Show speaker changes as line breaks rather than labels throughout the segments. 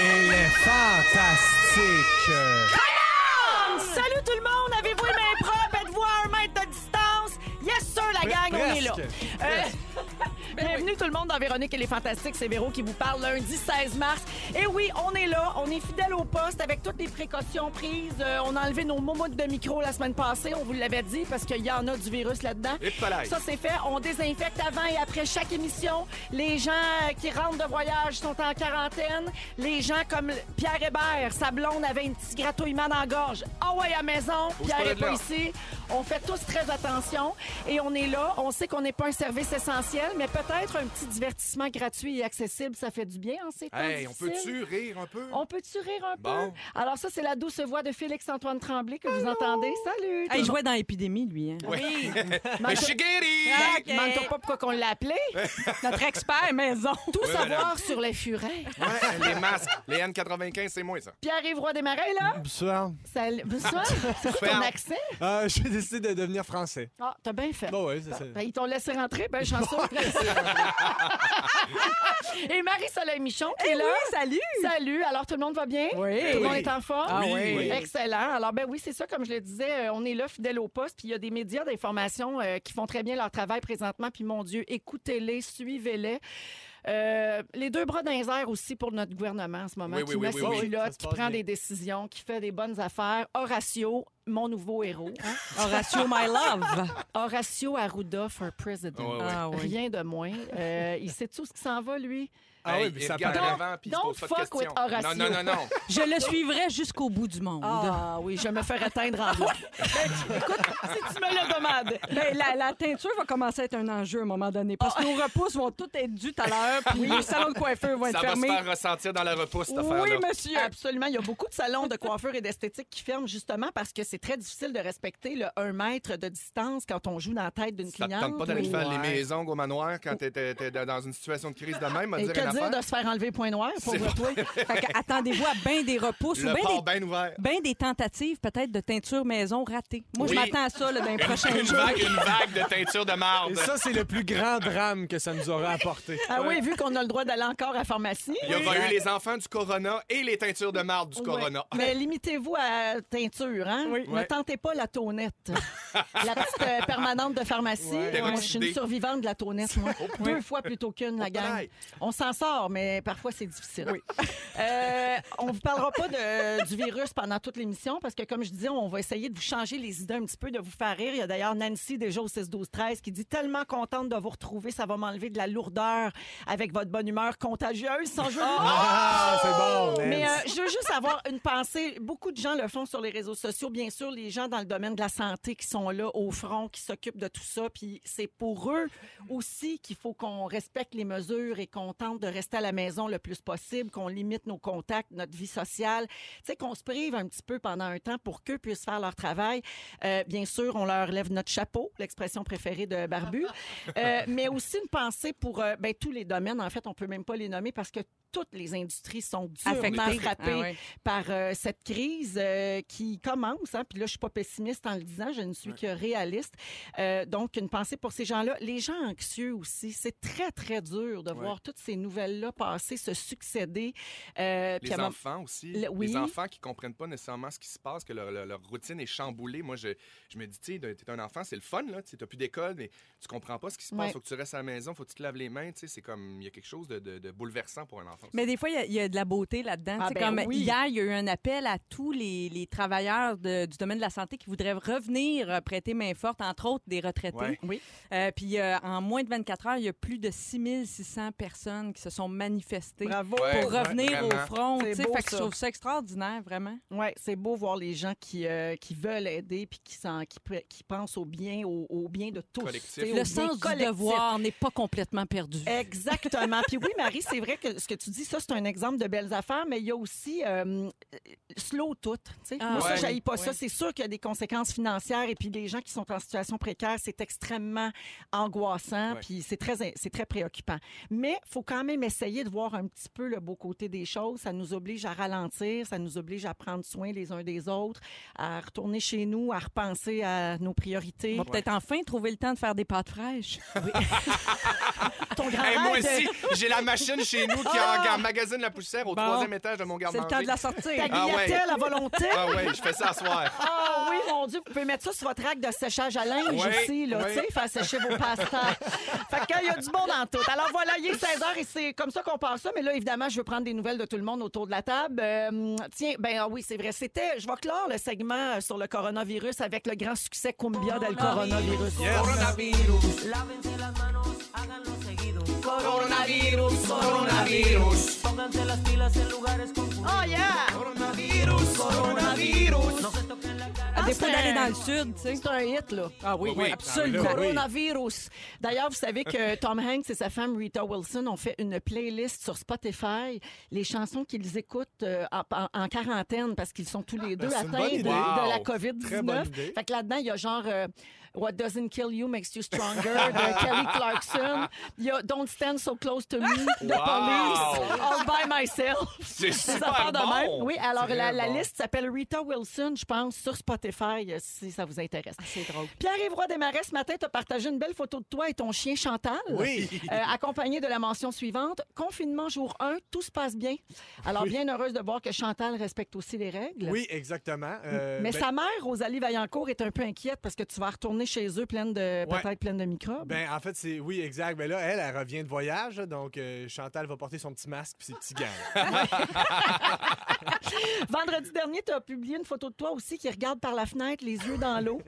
Il est fantastique.
Salut tout le monde! Avez-vous les mains propres? Êtes-vous à un mètre de distance? Yes, sir, la
Pre-
gang, on est
presque.
là. Euh,
Ben
Bienvenue tout le monde dans Véronique et les Fantastiques. C'est Véro qui vous parle lundi 16 mars. Et oui, on est là. On est fidèle au poste avec toutes les précautions prises. Euh, on a enlevé nos momoutes de micro la semaine passée. On vous l'avait dit parce qu'il y en a du virus là-dedans.
Et palais.
Ça, c'est fait. On désinfecte avant et après chaque émission. Les gens euh, qui rentrent de voyage sont en quarantaine. Les gens comme Pierre Hébert, sa blonde avait un petit gratouillement dans la gorge. Ah ouais, à maison. Pierre
pas
est
de
pas
là.
ici. On fait tous très attention et on est là. On sait qu'on n'est pas un service essentiel, mais peut-être un petit divertissement gratuit et accessible, ça fait du bien en ces temps
Hey, on
difficiles.
peut-tu rire un peu?
On peut-tu rire un
Bon.
peu? Alors ça, c'est la douce voix de Félix-Antoine Tremblay que vous entendez. Salut!
Hey, il jouait dans Épidémie, lui. Hein?
Oui!
Mais je suis guéri!
Hey,
Je demande Ben, pas pourquoi qu'on l'a appelé.
Notre expert maison.
Tout savoir sur les furets.
Ouais, les masques, les N95, c'est moi, ça.
Pierre-Yves Roy Desmarais, là?
Bonsoir.
Ça-
Ah,
Bonsoir! C'est quoi ton
Ferme.
accent?
Euh, J'ai décidé de devenir français.
Ah, t'as bien fait.
Bon, ouais, c'est ça.
Ben, ils t'ont laissé rentrer, ben chanceux. Et Marie-Soleil Michon qui est là.
salut!
Salut, alors tout le monde va bien?
Oui.
Tout le monde
Oui.
est en forme?
Ah oui.
Oui.
Excellent. Alors ben oui, c'est ça, comme je le disais, euh, on est là fidèle au poste, puis il y a des médias d'information euh, qui font très bien leur travail présentement, puis mon Dieu, écoutez-les, suivez-les. Euh, les deux bras dans les airs aussi pour notre gouvernement en ce moment,
Oui,
qui
oui, oui,
met
oui,
ses
oui.
Ça
culottes,
se
qui
passe
prend
bien.
des décisions, qui fait des bonnes affaires. Horatio, mon nouveau héros. hein.
Horatio, Oh, my love.
Horatio Arruda for president.
Ouais, ouais.
Ah oui.
Rien de moins. Euh, il sait tout ce qui s'en va, lui.
Ah oui,
Hey,
mais
il
ça
regarde
paraît.
Donc-
avant, puis il se
donc
pose pas de
fuck with
questions.
Horatio.
Non, non, non, non.
Je le suivrai jusqu'au bout du monde.
Ah oui, je me ferais atteindre en bas. Ben, Écoute, si tu me le demandes.
Ben, la, la teinture va commencer à être un enjeu à un moment donné parce que nos repousses vont toutes être dues tout à l'heure, puis les salons de coiffeur vont être
Ça va se
fermés.
faire ressentir dans la repousse, cette
Oui,
affaire-là.
monsieur.
Absolument. Il y a beaucoup de salons de coiffure et d'esthétique qui ferment justement parce que c'est très difficile de respecter le 1 mètre de distance quand on joue dans la tête d'une
Ça
cliente.
te tente pas d'aller
ou-
te faire les
Ouais.
maisons au manoir quand t'es- t'es t'es dans une situation de crise de même, me
Et
dire une
que dire
affaire?
de se faire enlever point noir, pauvre toi?
Fait que attendez-vous à bien des repousses ou
Le
bien
port
des,
bien ouvert.
ben des tentatives peut-être de teinture maison ratées. Moi, je
Oui.
m'attends à ça là, dans les prochains
Une
jours.
vague, une vague de teinture de marde.
Et ça, c'est le plus grand drame que ça nous aura apporté.
Ah oui, vu qu'on a le droit d'aller encore à la pharmacie.
Il y a eu les enfants du corona et les teintures de marde du
Ouais.
corona.
Mais limitez-vous à la teinture, hein? Ne
Ouais.
tentez pas la tonnette. la petite euh, permanente de pharmacie.
T'es
Moi, je suis une
oxydée.
survivante de la tonnette, moi. Deux fois plutôt qu'une, la
Oh,
gang.
pareil.
On s'en sort, mais parfois, c'est difficile. Euh, on vous parlera pas de- du virus pendant toute l'émission parce que, comme je disais, on va essayer de vous changer les idées un petit peu, de vous faire rire. Il y a d'ailleurs Nancy, déjà au 6-12-13, qui dit « Tellement contente de vous retrouver, ça va m'enlever de la lourdeur avec votre bonne humeur contagieuse, sans jeu de mots.
Ah, c'est bon,
Mais
Nance.
euh, je veux juste avoir une pensée. Beaucoup de gens le font sur les réseaux sociaux. Bien sûr, les gens dans le domaine de la santé qui sont là au front, qui s'occupent de tout ça. Puis c'est pour eux aussi qu'il faut qu'on respecte les mesures et qu'on tente de rester à la maison le plus possible, qu'on limite nos contacts, notre vie sociale. Tu sais, qu'on se prive un petit peu pendant un temps pour qu'eux puissent faire leur travail. Euh, bien sûr, on leur lève notre chapeau, l'expression préférée de Barbu. Euh, mais aussi une pensée pour euh, ben, tous les domaines. En fait, on peut même pas les nommer parce que toutes les industries sont durement
Affectées.
frappées
Ah ouais.
par euh, cette crise euh, qui commence. Hein, puis là, je suis pas pessimiste en le disant, je ne suis que réaliste. Euh, donc, une pensée pour ces gens-là. Les gens anxieux aussi, c'est très, très dur de voir toutes ces nouvelles-là passer, se succéder. Euh, puis à
Les
un moment-
enfants aussi.
Le- oui.
Les enfants qui comprennent pas nécessairement ce qui se passe, que leur, leur- leur routine est chamboulée. Moi, je, je me dis, tu sais, t'es un enfant, c'est le fun, là. Tu n'as plus d'école, mais tu comprends pas ce qui se passe.
Ouais.
Faut que tu restes à la maison, faut que tu te laves les mains. Tu sais, c'est comme, il y a quelque chose de, de- de bouleversant pour un enfant.
Mais des fois, il y a- il y, a de la beauté là-dedans.
Ah,
Tu sais,
ben
comme
oui.
hier, il y a eu un appel à tous les, les travailleurs de- du domaine de la santé qui voudraient revenir euh, prêter main forte, entre autres des retraités.
Ouais.
Oui.
Euh, puis euh, en moins de 24 heures, il y a plus de 6600 personnes qui se sont manifestées
Bravo!
Ouais.
pour revenir au
vraiment.
front.
C'est
tu sais.
beau,
Fait que
ça.
je trouve ça extraordinaire, vraiment.
Ouais, c'est beau voir les gens qui, euh, qui veulent aider puis qui, s'en- qui, pre- qui pensent au bien, au, au bien de tous.
Collectif.
tu sais, au
Le
bien
sens du
collectif.
devoir n'est pas complètement perdu.
Exactement. Puis oui, Marie, c'est vrai que ce que tu dis, ça, c'est un exemple de belles affaires, mais il y a aussi euh, slow tout. tu sais.
Ah,
Moi, ça,
Ah. ouais.
j'haïs pas
Ouais.
ça. C'est sûr qu'il y a des conséquences financières et puis Puis les gens qui sont en situation précaire, c'est extrêmement angoissant,
Ouais.
puis c'est très, c'est très préoccupant. Mais faut quand même essayer de voir un petit peu le beau côté des choses. Ça nous oblige à ralentir, ça nous oblige à prendre soin les uns des autres, à retourner chez nous, à repenser à nos
On
priorités.
va peut-être enfin trouver le temps de faire des pâtes fraîches.
Ton grand
Hey, moi
rêve de- Ah!
aussi, j'ai la machine chez nous qui en- emmagasine la poussière au
Bon.
troisième étage de mon
C'est le
garde-manger.
temps de la sortir.
Ta
Ah ouais.
guillatelle à volonté.
Ah ouais, je fais ça à soir.
Ah oui, mon Dieu, vous pouvez mettre ça sur votre rack de séchage à linge
Ouais,
aussi, là,
ouais.
tu sais, faire sécher vos pasteurs. fait qu'il y a du monde en tout. Alors voilà, il est 16 h et c'est comme ça qu'on part ça. Mais là, évidemment, je veux prendre des nouvelles de tout le monde autour de la table. Euh, tiens, ben ah oui, c'est vrai, c'était, je vais clore le segment euh, sur le coronavirus avec le grand succès Cumbia del Coronavirus.
Coronavirus. Lávense las manos, háganlo seguido. Coronavirus, coronavirus. Pónganse las pilas en lugares concurridos.
Oh yeah!
Coronavirus, coronavirus. No se toquen la cara.
À défaut
c'est
Ah, d'aller
un-
dans le sud, tu sais.
C'est un hit, là.
Ah oui,
oui.
Ah
absolument.
oui, là, oui.
Coronavirus. D'ailleurs, vous savez que Tom Hanks et sa femme Rita Wilson ont fait une playlist sur Spotify, les chansons qu'ils écoutent euh, en, en- en quarantaine parce qu'ils sont tous les deux
c'est une
atteints
bonne
de,
idée.
de la
Wow.
Très bonne idée.
COVID-19. Fait que là-dedans, il y a genre euh, What Doesn't Kill You Makes You Stronger de Kelly Clarkson. Il y a Don't Stand So Close to Me de
Wow.
Police. All by myself.
C'est
Des affaires
super
de
bon.
même. Oui, alors
Très
la, la
bon.
liste s'appelle Rita Wilson, je pense, sur Spotify, euh, si ça vous intéresse.
Ah,
C'est drôle.
Pierre-Yves Roy Desmarais, ce matin, t'as partagé une belle photo de toi et ton chien Chantal.
Oui.
Euh, accompagnée de la mention suivante, confinement jour 1, tout se passe bien. Alors, bien heureuse de voir que Chantal respecte aussi les règles.
Oui, exactement. Euh,
Mais
ben-
sa mère, Rosalie Vaillancourt, est un peu inquiète parce que tu vas retourner chez eux pleine de, peut-être pleine de microbes.
Ben, en fait, c'est oui, exact. Mais là, elle, elle revient de voyage, donc euh, Chantal va porter son petit masque puis ses petits gants.
Vendredi dernier, tu as publié une photo de toi aussi qui regarde par la fenêtre, les yeux dans l'eau,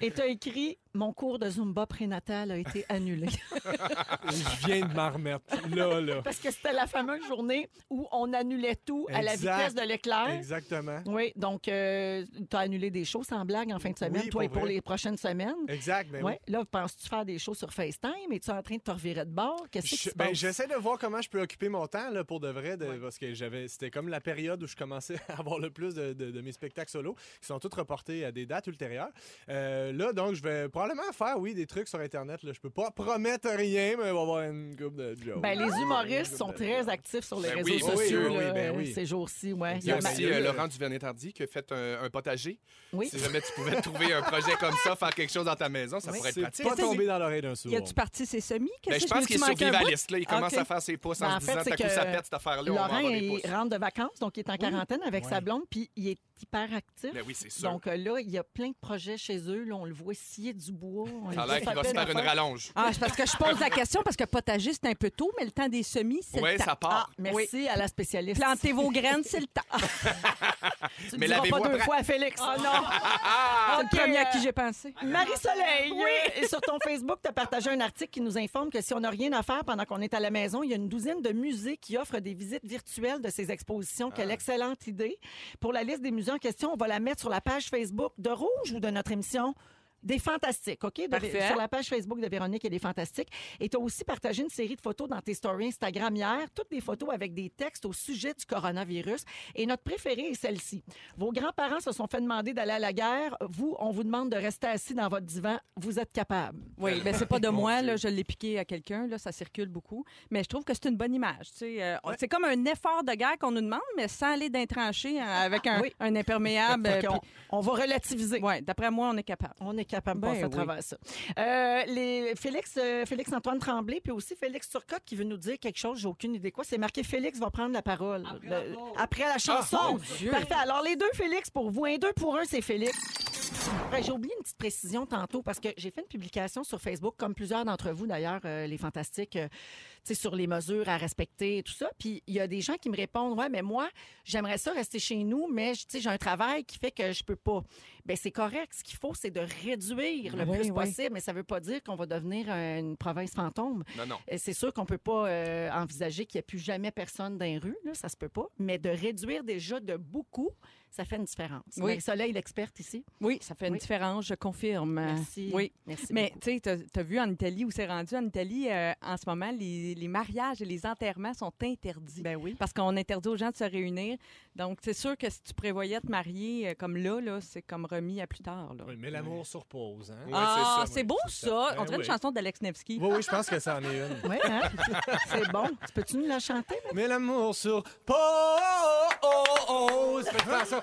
et tu as écrit Mon cours de Zumba prénatal a été annulé.
Je viens de m'en remettre. Là, là.
Parce que c'était la fameuse journée où on annulait tout à la
Exact.
vitesse de l'éclair.
Exactement.
Oui, donc euh, tu as annulé des shows sans blague en fin de semaine,
Oui,
toi
pour
et pour
vrai.
les prochaines semaines.
Exact. Ben, oui.
Ouais. Là, penses-tu faire des shows sur FaceTime? Es-tu en train de te revirer de bord? Qu'est-ce qui
Je-
se
ben,
passe?
j'essaie de voir comment je peux occuper mon temps là, pour de vrai, de- parce que j'avais, c'était comme la période où je commençais à avoir le plus de, de- de mes spectacles solo, qui sont tous reportés à des dates ultérieures. Euh, là, donc, je vais probablement faire, oui, des trucs sur Internet. Là. Je peux pas promettre rien, mais il va y avoir une coupe de jokes. Ah,
Ben, les humoristes
Une
sont
couple de jokes.
très actifs sur les
Ben
réseaux
oui,
oui,
sociaux
oui,
là,
ben oui.
ces jours-ci. Ouais.
Il y a
Exactement.
aussi euh, Laurent Duvernay-Tardy qui a fait un, un potager.
Oui.
Si jamais tu pouvais trouver un projet comme ça, faire quelque chose dans ta maison, ça
Oui.
pourrait être
C'est
pratique.
pas tombé dans l'oreille d'un
Y
sourd.
a-tu parti ses semis?
Ben, je pense qu'il est survivaliste. Là. Il commence
Ok.
à faire ses pouces
Ben, en
en se
fait,
disant
c'est
T'as coup,
que
ça pète cette affaire-là, on va
Laurent
avoir des
il
pouces.
rentre de vacances, donc il est en quarantaine avec sa blonde, puis il est hyper actif.
Ben oui, c'est sûr.
Donc euh, là, il y a plein de projets chez eux. Là, on le voit scier du bois. on
ça
le
a
voit
l'air qu'il va se
plein
faire une
d'affaires.
rallonge.
Ah, c'est parce que je pose la question, parce que potager, c'est un peu tôt, mais le temps des semis, c'est
Oui,
le temps.
ça part.
Ah, Merci à la spécialiste.
Plantez vos graines, c'est le temps.
Tu
Mais
ne diras
lavez-vous
pas deux
après.
fois à Félix.
Ah,
Oh non!
C'est
OK,
le premier à
euh,
qui j'ai pensé.
Marie-Soleil, euh, et sur ton Facebook, tu as partagé un article qui nous informe que si on n'a rien à faire pendant qu'on est à la maison, il y a une douzaine de musées qui offrent des visites virtuelles de ces expositions. Quelle excellente idée. Pour la liste des musées en question, on va la mettre sur la page Facebook de Rouge ou de notre émission. Des fantastiques, OK? De-
Parfait.
sur la page Facebook de Véronique et des fantastiques. Et tu as aussi partagé une série de photos dans tes stories Instagram hier, toutes des photos avec des textes au sujet du coronavirus. Et notre préférée est celle-ci. Vos grands-parents se sont fait demander d'aller à la guerre. Vous, on vous demande de rester assis dans votre divan. Vous êtes capable.
Oui, ben c'est pas de
Mon
moi,
Dieu.
là, je l'ai piqué à quelqu'un, là, ça circule beaucoup. Mais je trouve que c'est une bonne image. tu sais, euh, on- C'est comme un effort de guerre qu'on nous demande, mais sans aller d'un tranché hein, avec un,
Ah, Oui.
un imperméable.
Fait qu'on- on, va relativiser.
Oui, d'après moi, on est capable.
On est capable de
Ben
passer à
oui.
travers ça. Euh, les, Félix, euh, Félix Antoine Tremblay, puis aussi Félix Turcotte qui veut nous dire quelque chose, j'ai aucune idée quoi. C'est marqué Félix va prendre la parole. Le- Après la, chanson.
mon
Parfait. Alors, les deux Félix pour vous, un deux pour un, c'est Félix. Ouais, J'ai oublié une petite précision tantôt parce que j'ai fait une publication sur Facebook, comme plusieurs d'entre vous d'ailleurs, euh, les fantastiques, euh, tu sais, sur les mesures à respecter et tout ça. Puis il y a des gens qui me répondent Ouais, mais moi, j'aimerais ça rester chez nous, mais tu sais, j'ai un travail qui fait que je peux pas. Bien, c'est correct. Ce qu'il faut, c'est de réduire le
Oui,
plus
oui.
possible, mais ça veut pas dire qu'on va devenir euh, une province fantôme.
Non, non.
Euh, C'est sûr qu'on peut pas euh, envisager qu'il n'y ait plus jamais personne dans les rues, là, ça se peut pas, mais de réduire déjà de beaucoup, ça fait une différence.
Oui.
Marie-Soleil, l'experte ici.
Oui, ça ça fait une
Oui.
différence, je confirme. Euh,
Merci.
Oui.
Merci.
Mais
beaucoup.
tu sais, tu as vu en Italie où c'est rendu. En Italie, euh, en ce moment, les, les mariages et les enterrements sont interdits.
Ben oui.
parce qu'on interdit aux gens de se réunir. Donc, c'est sûr que si tu prévoyais te marier euh, comme là, là c'est comme remis à plus tard. Là.
Oui, mais l'amour sur pause. Hein?
Oui.
ah,
c'est ça,
c'est beau
c'est
ça!
ça.
On
Ben
dirait
oui.
une chanson d'Alex Nevsky.
Oui, oui, je pense que ça en est une.
Oui, hein? c'est bon. Tu Peux-tu nous la chanter?
Mais l'amour sur pause. Fait que faire ça.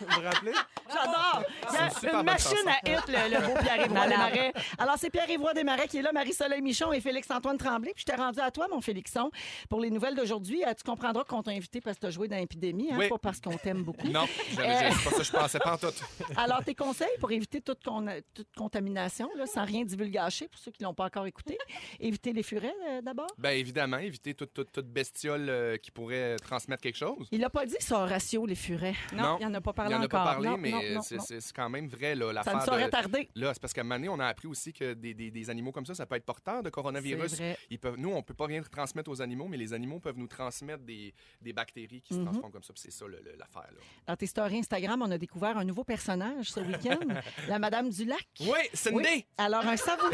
Vous vous rappelez?
J'adore! Il y a
une super
une
bonne
machine
chanson.
à hit, le, le beau Pierre-Yvroy
Malade.
Desmarais. Alors, c'est Pierre-Yvroy Desmarais qui est là, Marie-Soleil Michon et Félix-Antoine Tremblay. Puis je t'ai rendu à toi, mon Félixon, pour les nouvelles d'aujourd'hui. Euh, Tu comprendras qu'on t'a invité parce que tu as joué dans l'épidémie, hein,
Oui.
pas parce qu'on t'aime beaucoup.
Non, j'avais- c'est pas ça que je pensais pas en tout.
Alors, tes conseils pour éviter toute, con- toute contamination, là, sans rien divulgacher pour ceux qui l'ont pas encore écouté. Éviter les furets, euh, d'abord.
Bien Ben, évidemment, éviter toute, toute, toute bestiole euh, qui pourrait transmettre quelque chose.
Il a pas dit son ratio, les furets.
Non, il n'y en a pas
Il
parlé
n'en a
encore.
pas parlé,
Non,
mais
non, non,
c'est-
non.
c'est c'est quand même vrai, là,
Ça ne
l'affaire
saurait
de...
tarder.
Là, c'est parce qu'à un moment donné, on a appris aussi que des, des- des animaux comme ça, ça peut être porteur de
C'est
coronavirus.
vrai.
Ils peuvent, nous, on peut pas rien transmettre aux animaux, mais les animaux peuvent nous transmettre des, des bactéries qui
Mhm.
se transforment comme ça. Puis C'est ça le- le- l'affaire. là.
Dans tes stories Instagram, on a découvert un nouveau personnage ce week-end, la Madame du Lac.
Oui, Cindy!
Oui. Alors, un savoureux...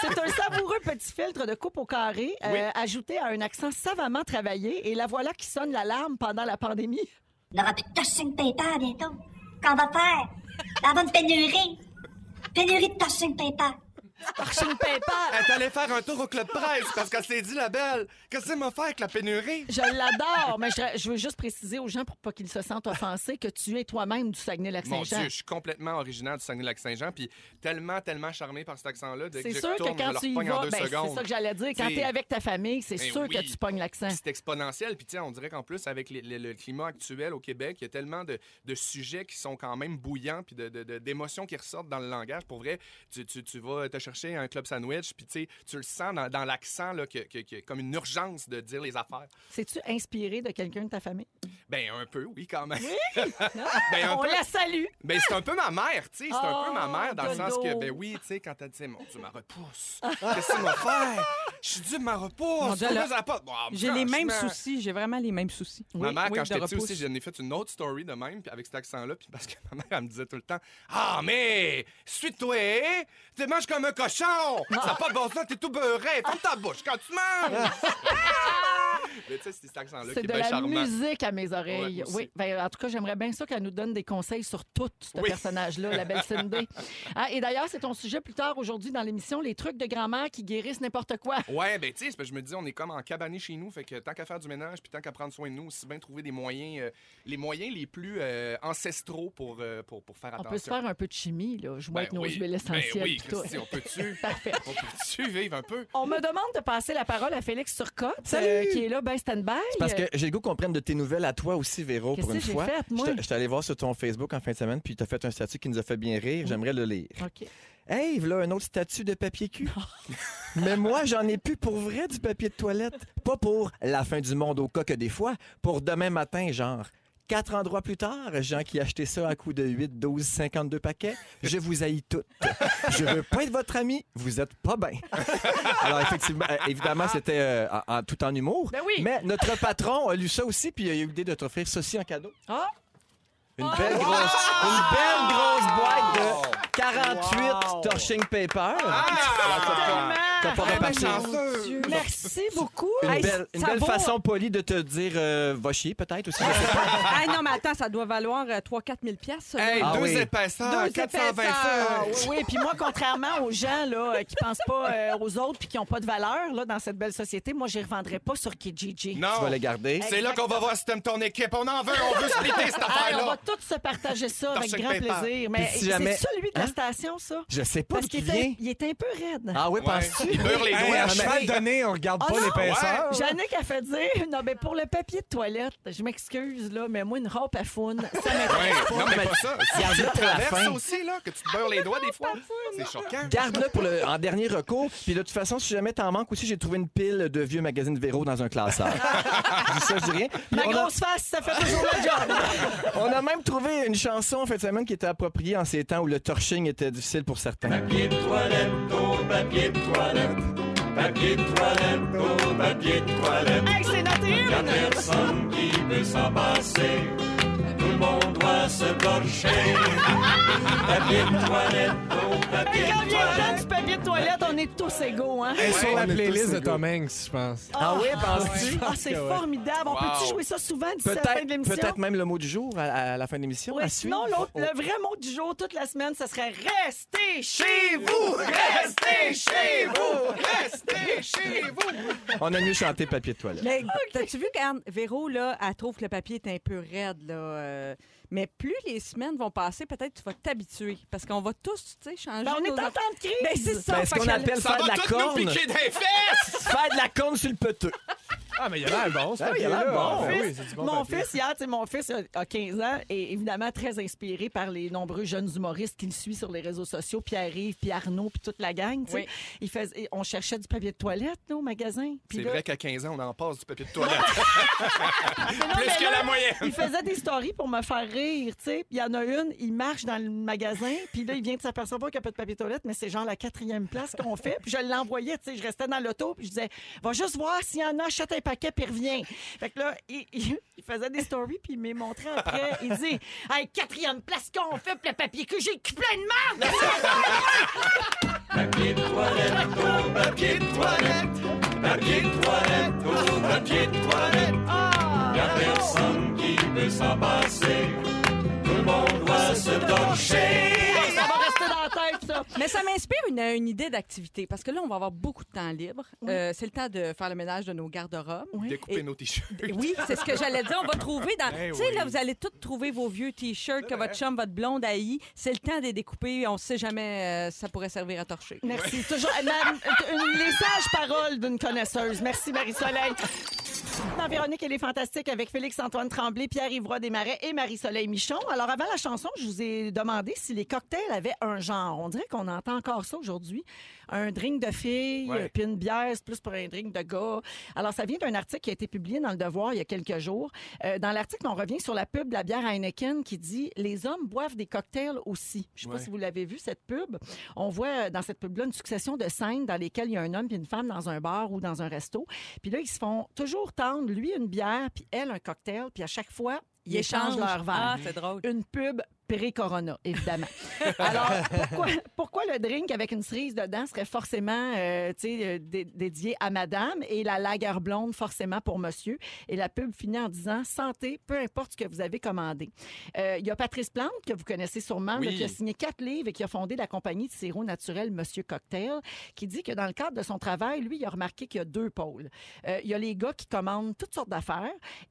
c'est un savoureux petit filtre de coupe au carré euh,
Oui.
ajouté à un accent savamment travaillé. Et la voilà qui sonne l'alarme pendant la pandémie.
On n'aura plus de torches 5 PayPal bientôt. Qu'on va faire? La bonne pénurie. Pénurie de torches 5 PayPal.
Torching paper.
Elle est allée faire un tour au Club Presse parce qu'elle s'est dit, la belle, qu'est-ce que m'a fait avec la pénurie?
Je l'adore, mais je, je veux juste préciser aux gens pour pas qu'ils se sentent offensés que tu es toi-même du
Mon Dieu,
Saguenay-Lac-Saint-Jean.
je suis complètement originaire du Saguenay-Lac-Saint-Jean, puis tellement, tellement charmé par cet accent-là. dès
C'est
je
sûr
retourne,
que quand
je
tu y
le repogne en
vas,
deux
ben, c'est
secondes.
ça que j'allais dire. Quand
T'sais,
tu es avec ta famille, c'est
ben
sûr que
oui.
tu pognes l'accent.
Puis C'est exponentiel. Puis, tu sais, on dirait qu'en plus, avec les- le, le climat actuel au Québec, il y a tellement de, de sujets qui sont quand même bouillants, puis de- de- de- d'émotions qui ressortent dans le langage. Pour vrai, tu, tu- tu vas te chercher un club sandwich, puis, tu sais, tu le sens dans, dans l'accent, là, que, que- que- comme une urgence de dire les affaires.
C'est-tu inspiré de quelqu'un de ta famille?
Ben, un peu, oui, quand même. ben, un
On
peu.
la salue!
Ben, c'est un peu ma mère, tu sais. C'est un peu
Oh,
ma mère dans le sens que,
Dodo.
ben oui, tu sais, quand elle dit, mon Dieu, ma repousse. Qu'est-ce qu'elle va faire? Je suis dû, ma
Mon
repousse.
Dieu,
Comment
là,
ça va? Bon,
J'ai les mêmes
franchement.
soucis, j'ai vraiment les mêmes soucis.
Ma mère,
oui,
quand
de
j'étais petit
repousse.
aussi, j'en ai fait une autre story de même, puis avec cet accent-là, puis parce que ma mère, elle me disait tout le temps Ah, mais, suis-toi, tu manges comme un cochon,
Ah.
ça n'a pas de bon sens, t'es tout beurré, ferme ta bouche quand tu manges. mais tu sais, c'est cet accent-là qui
Ah. C'est
est
de
bien
la
charmant.
musique à mes
Ouais,
oreilles.
moi aussi.
oui, Ben, en tout cas, j'aimerais bien ça qu'elle nous donne des conseils sur tout ce
Oui.
personnage-là, la belle Cindy. Ah, et d'ailleurs, c'est ton sujet plus tard aujourd'hui dans l'émission, les trucs de grand-mère qui guérissent n'importe quoi.
Ouais, ben tu sais, c'est parce que je me dis, on est comme en cabané chez nous, fait que tant qu'à faire du ménage, puis tant qu'à prendre soin de nous, aussi bien trouver des moyens, euh, les moyens les plus euh, ancestraux pour, euh, pour, pour faire
On
attention.
peut se faire un peu de chimie, là. Je vois
Ben
avec nos
oui.
huiles essentielles.
Ben oui,
pis tout.
Christy, on peut-tu,
Parfait.
on peut-tu vivre un peu?
On me demande de passer la parole à Félix Turcotte, euh, qui est là, ben stand-by.
Parce que j'ai le goût qu'on prenne de tes nouvelles à toi aussi, Véro,
Qu'est-ce
pour
que
une
j'ai
fois.
fait, moi?
Je suis allé voir sur ton Facebook en fin de semaine, puis tu as fait un statut qui nous a fait bien
Hein?
rire. J'aimerais le lire.
OK.
Hey, voilà un autre statut de papier cul. Mais moi, j'en ai plus pour vrai du papier de toilette. Pas pour la fin du monde au cas que des fois, pour demain matin, genre. Quatre endroits plus tard, gens qui achetaient ça à coup de 8, 12, 52 paquets, je vous haïs toutes. Je veux pas être votre ami, vous êtes pas bien. Alors, effectivement, euh, évidemment, c'était euh, en- en- tout en humour.
Ben oui.
Mais notre patron a lu ça aussi, puis il a eu l'idée de t'offrir ceci en cadeau.
Ah!
Une belle grosse, une belle grosse boîte de 48
Wow.
torching paper.
Ah!
Ah!
T'as
Eh
pas
ben,
bien
Ah,
parti.
chanceux!
Merci beaucoup.
Une
Hey,
belle, une
ça
belle
vaut-
façon polie de te dire euh, va chier peut-être aussi. je sais pas.
Ah non, mais attends, ça doit valoir euh, 3-4 000 piastres.
Hey,
Ah
deux
oui.
épaisseurs,
Deux
420
épaisseurs.
feuilles.
Ah Oui, oui, puis moi, contrairement aux gens là, euh, qui pensent pas euh, aux autres puis qui n'ont pas de valeur là, dans cette belle société, moi, je ne revendrai pas sur Kijiji.
tu vas
Non,
les garder.
c'est là qu'on va voir si t'aimes ton équipe. On en veut, on veut splitter cette
Ah, on va
affaire-là.
tous se partager ça avec
Torching
grand
paper.
plaisir. Mais
Puis si jamais-
c'est celui de la
Hein?
station, ça?
Je sais pas
Parce
d'où qui
qu'il
vient.
était, il était un peu raide.
Ah oui,
Ouais.
penses-tu?
Il beurre les
Hey,
doigts.
à cheval donné, on regarde
Ah
pas
non!
l'épaisseur.
Jannick a fait dire, non, mais pour le papier de toilette, je m'excuse, là, mais moi, une robe à foune, ça
Ouais,
m'intéresse
non, mais pas ça.
Il y en a pour la
Traverse
fin.
aussi, là, que tu te beurres les doigts des fois. C'est choquant.
Garde-le pour le, en dernier recours. Puis de toute façon, si jamais t'en manques aussi, j'ai trouvé une pile de vieux magazines Véro dans un classeur. je dis ça, je dis rien. Puis
Ma
on a-
grosse face, ça fait toujours le job.
On a même trouvé une chanson en fin de semaine qui était appropriée en ces temps où le torching était difficile pour certains. Papier toilette, papier toilette, papier toilette, papier toilette.
Hey, c'est notre hymne.
personne qui peut s'en passer.
se borcher. Papier de toilette, oh, papier
Quand
de
viendra
toilette.
du papier de toilette, on est tous égaux, hein?
Et sur
Ouais,
la
on est
playlist
tous
de
égaux.
Tom Hanks, je pense.
Ah oui,
penses-tu?
Ah, c'est
Je pense que ouais.
formidable. On
Wow.
peut-tu jouer ça souvent d'ici la fin de
Peut-être
l'émission?
peut-être même le mot du jour à, à la fin de l'émission.
Ouais,
à
sinon,
suivre.
l'autre,
Oh.
le vrai mot du jour toute la semaine, ce serait Restez chez vous!
Restez chez vous! Restez chez vous!
On a mieux chanté papier de toilette.
Mais
Ah,
t'as-tu vu qu'Anne Véro, là, elle trouve que le papier est un peu raide, là. euh, mais plus les semaines vont passer, peut-être tu vas t'habituer. Parce qu'on va tous, tu sais, changer.
Ben, on est en
nos-
temps de crise!
Ben, c'est ça.
Ben, ce
fait
qu'on
que-
appelle
Ça
faire de
va
la
tout nous
corne.
piquer des fesses!
Faire de la corne sur le peteux.
Ah, mais il a l'air bon, ce
Ah oui, il a
papier-là.
l'air bon.
Ah,
Mon
oui,
fils-
c'est du bon
mon
papier.
fils, hier, tu sais, mon fils a- a 15 ans et évidemment très inspiré par les nombreux jeunes humoristes qu'il suit sur les réseaux sociaux, Pierre-Yves, puis Arnaud, puis toute la gang. tu sais.
Oui.
Il faisait- on cherchait du papier de toilette là, au magasin. Puis
C'est
là,
vrai qu'à 15 ans, on en passe du papier de toilette.
mais non,
Plus
mais
que
là,
la moyenne.
Il faisait des stories pour me faire rire, tu sais. Puis il y en a une, il marche dans le magasin, puis là, il vient de s'apercevoir qu'il n'y a pas de papier toilette, mais c'est genre la quatrième place qu'on fait. Puis je l'envoyais, tu sais, je restais dans l'auto, puis je disais, va juste voir s'il y en a, achète un paquet, puis reviens. Fait que là, il, il- il faisait des stories, puis il m'est montré après. Il dit, hey, quatrième place qu'on fait, puis le papier que j'ai plein de merde!
Papier de toilette, oh, papier de toilette. Papier de toilette, oh, papier de toilette. Y a personne qui peut s'en passer. Tout le monde doit se torcher.
Ça va rester dans la tête, ça.
Mais ça m'inspire une, une idée d'activité. Parce que là, on va avoir beaucoup de temps libre. Euh, c'est le temps de faire le ménage de nos garde-robes.
Découper nos t-shirts.
Oui, c'est ce que j'allais dire. On va trouver dans.
Ben
Eh
tu sais, là,
oui.
vous allez tous trouver vos vieux T-shirts que votre chum, votre blonde haït. C'est le temps de les découper. On sait jamais, euh, ça pourrait servir à torcher.
Merci. Toujours euh, madame, euh, une- les sages paroles d'une connaisseuse. Merci, Marie-Soleil. Dans Véronique, elle est fantastique avec Félix-Antoine Tremblay, Pierre-Yves Roy Desmarais et Marie-Soleil Michon. Alors, avant la chanson, je vous ai demandé si les cocktails avaient un genre. On dirait qu'on entend encore ça aujourd'hui. Un drink de fille,
Ouais.
euh, puis une bière, c'est plus pour un drink de gars. Alors, ça vient d'un article qui a été publié dans Le Devoir il y a quelques jours. Euh, dans l'article, on revient sur la pub de la bière Heineken qui dit « Les hommes boivent des cocktails aussi ». Je sais pas
Ouais.
si vous l'avez vu, cette pub. On voit euh, dans cette pub-là une succession de scènes dans lesquelles il y a un homme et une femme dans un bar ou dans un resto. Puis là, ils se font toujours tendre, lui une bière, puis elle un cocktail. Puis à chaque fois, ils, échangent leur verre.
Ah, c'est drôle.
Une pub pré-corona, évidemment. Alors, pourquoi, pourquoi le drink avec une cerise dedans serait forcément euh, tu sais, euh, dé- dédié à madame et la lager blonde forcément pour monsieur? Et la pub finit en disant « Santé, peu importe ce que vous avez commandé ». Euh, Il y a Patrice Plante, que vous connaissez sûrement, là,
Oui.
qui a signé quatre livres et qui a fondé la compagnie de sirop naturel Monsieur Cocktail, qui dit que dans le cadre de son travail, lui, il a remarqué qu'il y a deux pôles. Euh, il y a les gars qui commandent toutes sortes d'affaires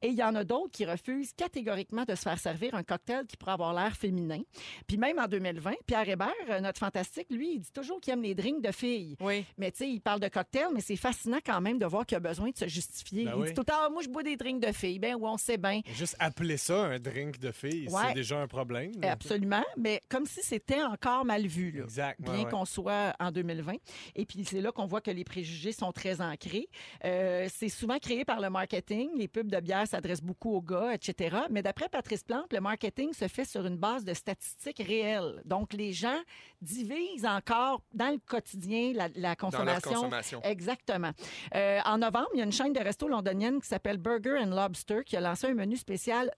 et il y en a d'autres qui refusent catégoriquement de se faire servir un cocktail qui pourrait avoir l'air féminin. Puis même en 2020, Pierre Hébert, euh, notre fantastique, lui, il dit toujours qu'il aime les drinks de filles.
Oui.
Mais tu sais, il parle de cocktail, mais c'est fascinant quand même de voir qu'il a besoin de se justifier.
Ben
il
oui.
dit tout le temps, Ah, moi, je bois des drinks de filles. Ben oui, on sait bien.
Juste appeler ça un drink de fille,
Ouais.
c'est déjà un problème.
Absolument, mais comme si c'était encore mal vu. Là.
Exact. ouais,
bien
ouais.
qu'on soit en 2020. Et puis, c'est là qu'on voit que les préjugés sont très ancrés. Euh, c'est souvent créé par le marketing. Les pubs de bière s'adressent beaucoup aux gars, etc. Mais d'après Patrice Plante, le marketing se fait sur une base de statistiques réelles. Donc, les gens divisent encore dans le quotidien la, la
Dans leur
consommation
consommation.
Exactement. Euh, en novembre, il y a une chaîne de resto londonienne qui s'appelle Burger and Lobster qui a lancé un menu spécial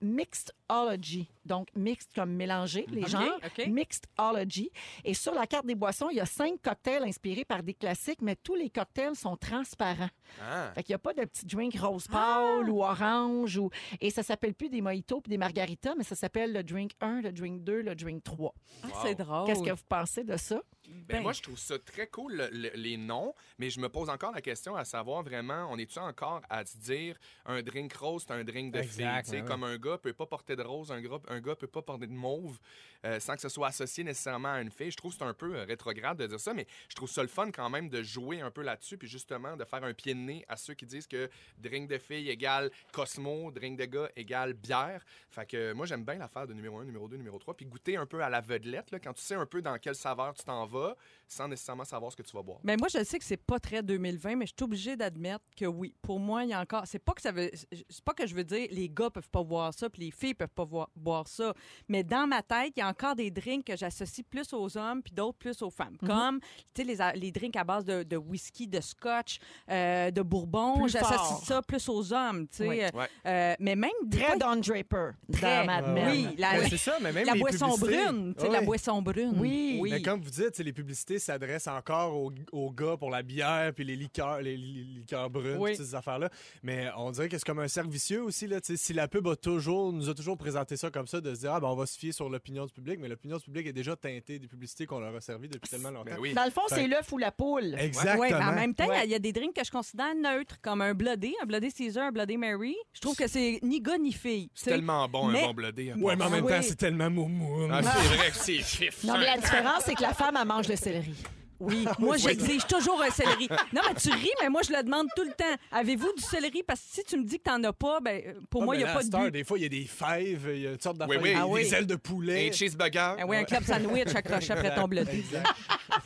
Mixedology. Donc, mixed comme mélanger, les
OK,
genres.
OK.
Mixedology. Et sur la carte des boissons, il y a cinq cocktails inspirés par des classiques, mais tous les cocktails sont transparents.
Ah.
Fait qu'il n'y a pas de petit drink rose pâle ou orange. Ou... Et ça s'appelle plus des mojitos puis des margaritas, mais ça s'appelle le drink 1, le drink 2, le drink 3.
Ah,
Wow.
c'est drôle.
Qu'est-ce que vous pensez de ça?
Ben, moi, je trouve ça très cool, le- le- les noms, mais je me pose encore la question à savoir vraiment, on est-tu encore à se dire un drink rose, c'est un drink de fille?
Exact,
Tu sais,
ouais,
Comme un gars peut pas porter de rose, un gars, un gars peut pas porter de mauve euh, sans que ce soit associé nécessairement à une fille. Je trouve que c'est un peu euh, rétrograde de dire ça, mais je trouve ça le fun quand même de jouer un peu là-dessus, puis justement de faire un pied de nez à ceux qui disent que drink de fille égale Cosmo, drink de gars égale bière. Fait que euh, moi, j'aime bien l'affaire de numéro 1, numéro 2, numéro 3, puis goûter un peu à l'aveuglette, là, quand tu sais un peu dans quelle saveur tu t'en vas, sans nécessairement savoir ce que tu vas boire.
Mais moi, je sais que c'est pas très 2020, mais je suis obligée d'admettre que oui. Pour moi, il y a encore. C'est pas que ça veut. C'est pas que je veux dire les gars peuvent pas boire ça, puis les filles peuvent pas voir- boire j'adore ça. Mais dans ma tête, il y a encore des drinks que j'associe plus aux hommes puis d'autres plus aux femmes. Comme, tu sais, les, a- les drinks à base de, de whisky, de scotch, euh, de bourbon,
Plus
j'associe
fort.
ça plus aux hommes, tu sais.
Oui.
Ouais.
Euh, mais même des fois,
Très Don Draper
Très.
dans Mad Men.
Oui, la,
Mais c'est ça, mais même
la
les
boisson
publicités.
brune, tu sais,
Ouais.
la boisson brune.
Oui.
Mais comme vous dites, c'est les publicités s'adressent encore aux, aux gars pour la bière puis les liqueurs, les, li- liqueurs brunes,
Oui.
toutes ces affaires-là. Mais on dirait que c'est comme un cercle vicieux aussi. Là, tu sais, si la pub a toujours, nous a toujours présenté ça comme ça, de se dire ah, ben, on va se fier sur l'opinion du public, mais l'opinion du public est déjà teintée des publicités qu'on leur a servi depuis tellement longtemps.
Ben oui.
Dans le fond,
Fait-
c'est l'œuf ou la poule.
Exactement.
Ouais, mais en même temps, il y a-
Ouais.
il y, a des drinks que je considère neutres, comme un bloodé, un bloodé Caesar, un bloodé Mary. Je trouve que c'est ni gars ni fille. tu
C'est
sais.
tellement bon,
mais-
un bon blodé.
Ouais, mais en même
Oui.
temps, c'est tellement moumou.
Ah, c'est vrai que c'est chiffre.
Non, mais la différence, c'est que la femme, elle mange le céleri.
Oui, moi j'exige toujours un céleri. Non, mais tu ris, mais moi je le demande tout le temps. Avez-vous du céleri? Parce que si tu me dis que t'en as pas, ben, pour
Ah,
moi, il n'y a pas de but.
Des fois, il y a des fèves, il y a toutes sortes
Oui,
d'affaires,
oui.
des-
Ah
des
oui.
ailes de poulet.
Un cheeseburger.
Ah oui, un club sandwich accroché après ton bloodé.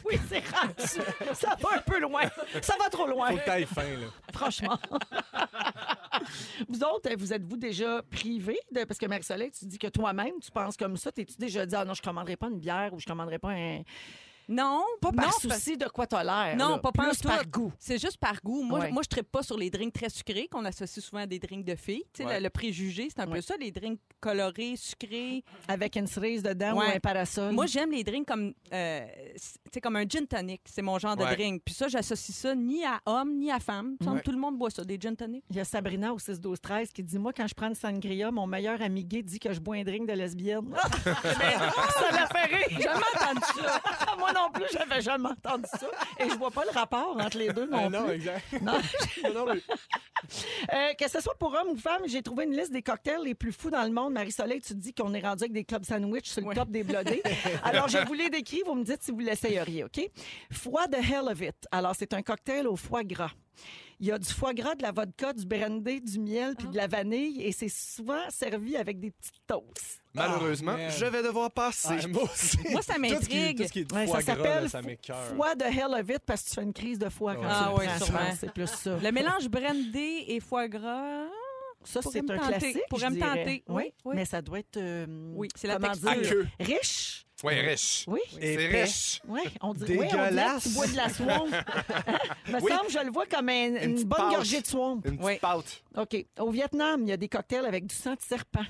Oui, c'est rendu. Ça va un peu loin. Ça va trop loin.
Faut que t'ailles fin, là.
Franchement. vous autres, euh, vous êtes-vous déjà privés? De... Parce que Marie-Soleil, tu dis que toi-même, tu penses comme ça. T'es-tu déjà dit, ah non, je commanderai pas une bière ou je commanderai pas un.
Non,
Pas par
non, parce-
souci de quoi tolère.
Non, pas
par
pantoute.
par goût.
C'est juste par goût. Moi,
Ouais.
je- moi je ne pas sur les drinks très sucrés qu'on associe souvent à des drinks de filles. Tu sais,
Ouais.
Le, le préjugé, c'est un peu
Ouais.
ça, les drinks colorés, sucrés.
Avec une cerise dedans ou
Ouais.
un parasol.
Moi, j'aime les drinks comme, euh, c- tu sais, comme un gin tonic. C'est mon genre
Ouais.
de drink. Puis ça, j'associe ça ni à homme ni à femme. Il me semble
Ouais.
que Tout le monde boit ça, des gin tonic.
Il y a Sabrina au 6-12-13 qui dit Moi, quand je prends une sangria, mon meilleur ami gay dit que je bois un drink de lesbienne.
Ben,
ça l'a fait rire. J'ai Jamais entendu ça. Moi non plus, j'avais jamais entendu ça. Et je vois pas le rapport entre les deux non,
Ah, non,
plus.
exact.
Non.
Non, mais-
Euh, que ce soit pour hommes ou femmes, j'ai trouvé une liste des cocktails les plus fous dans le monde. Marie-Soleil, tu te dis qu'on est rendu avec des clubs sandwich sur le
Ouais.
top des blodés. Alors, je vous les décris, vous me dites si vous l'essayeriez, OK? Foie de hell of it. Alors, c'est un cocktail au foie gras. Il y a du foie gras, de la vodka, du brandy, du miel
Ah.
puis de la vanille et c'est souvent servi avec des petites toasts.
Malheureusement,
Ah, man.
je vais devoir passer.
Ah, moi, aussi.
Moi, ça
Tout ce qui-
m'intrigue.
Tout ce qui est de
Ouais,
foie
ça
gras, là,
s'appelle
ça m'écoeure.
foie de hell of it parce que tu fais une crise de foie quand
Ah
tu
ouais,
le prends, je
sûrement.
pense. C'est plus ça.
Le mélange brandy et foie gras.
Ça,
Pourrait
c'est
me
un
tenter,
classique.
pourrait
je
me
dirais.
tenter,
Oui,
oui, oui.
mais ça doit être. euh,
Oui, c'est la
comment
texture.
dire,
Aqueux.
Riche.
Ouais, riche.
Oui.
C'est
Épais.
riche.
Oui, on dit, oui, on dirait que
Dégueulasse.
tu bois de la swamp. Me
Oui.
semble, je le vois comme un- une,
petite Euh.
bonne
pâte.
gorgée de swamp.
Une petite
Oui.
pâte.
OK. Au Vietnam, il y a des cocktails avec du sang de serpent.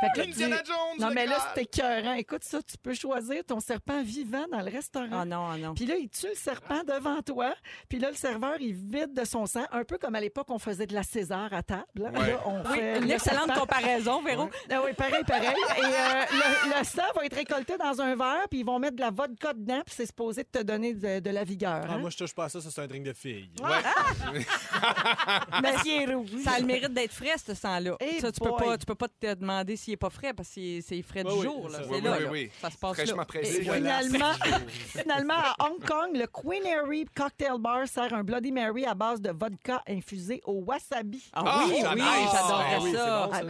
Fait que là, tu-
Ah! Indiana Jones,
Non,
le
mais là,
Graal.
c'est écœurant. Écoute ça, tu peux choisir ton serpent vivant dans le restaurant.
Ah non, ah non.
Puis là, il tue le serpent devant toi. Puis là, le serveur, il vide de son sang, un peu comme à l'époque, on faisait de la César à table. Là,
Ouais.
Là, on
Oui,
fait
une
le
excellente
serpent.
comparaison, Véro.
Ah oui, pareil, pareil. Et euh, le, le sang va être récolté dans un verre, puis ils vont mettre de la vodka dedans, puis c'est supposé de te donner de, de la vigueur.
Ah,
hein.
moi, je touche pas à ça, ça, c'est un drink de fille.
Mais c'est rouge.
Ça a le mérite d'être frais, ce sang-là.
Eh
Ça, tu peux
boy.
pas, tu peux pas te demander s'il est pas frais parce que c'est- c'est frais du
Oui, oui,
jour.
c'est
là.
ça.
C'est
Oui, oui,
là,
oui,
là.
oui.
Ça se passe
Fraîchement
là.
Et
pressé.
finalement,
Ah.
finalement, à Hong Kong, le Queenery Cocktail Bar sert un Bloody Mary à base de vodka infusée au wasabi.
Ah oui,
Ah,
oui,
nice.
j'adorerais
Ah oui,
c'est bon, ça.
ça.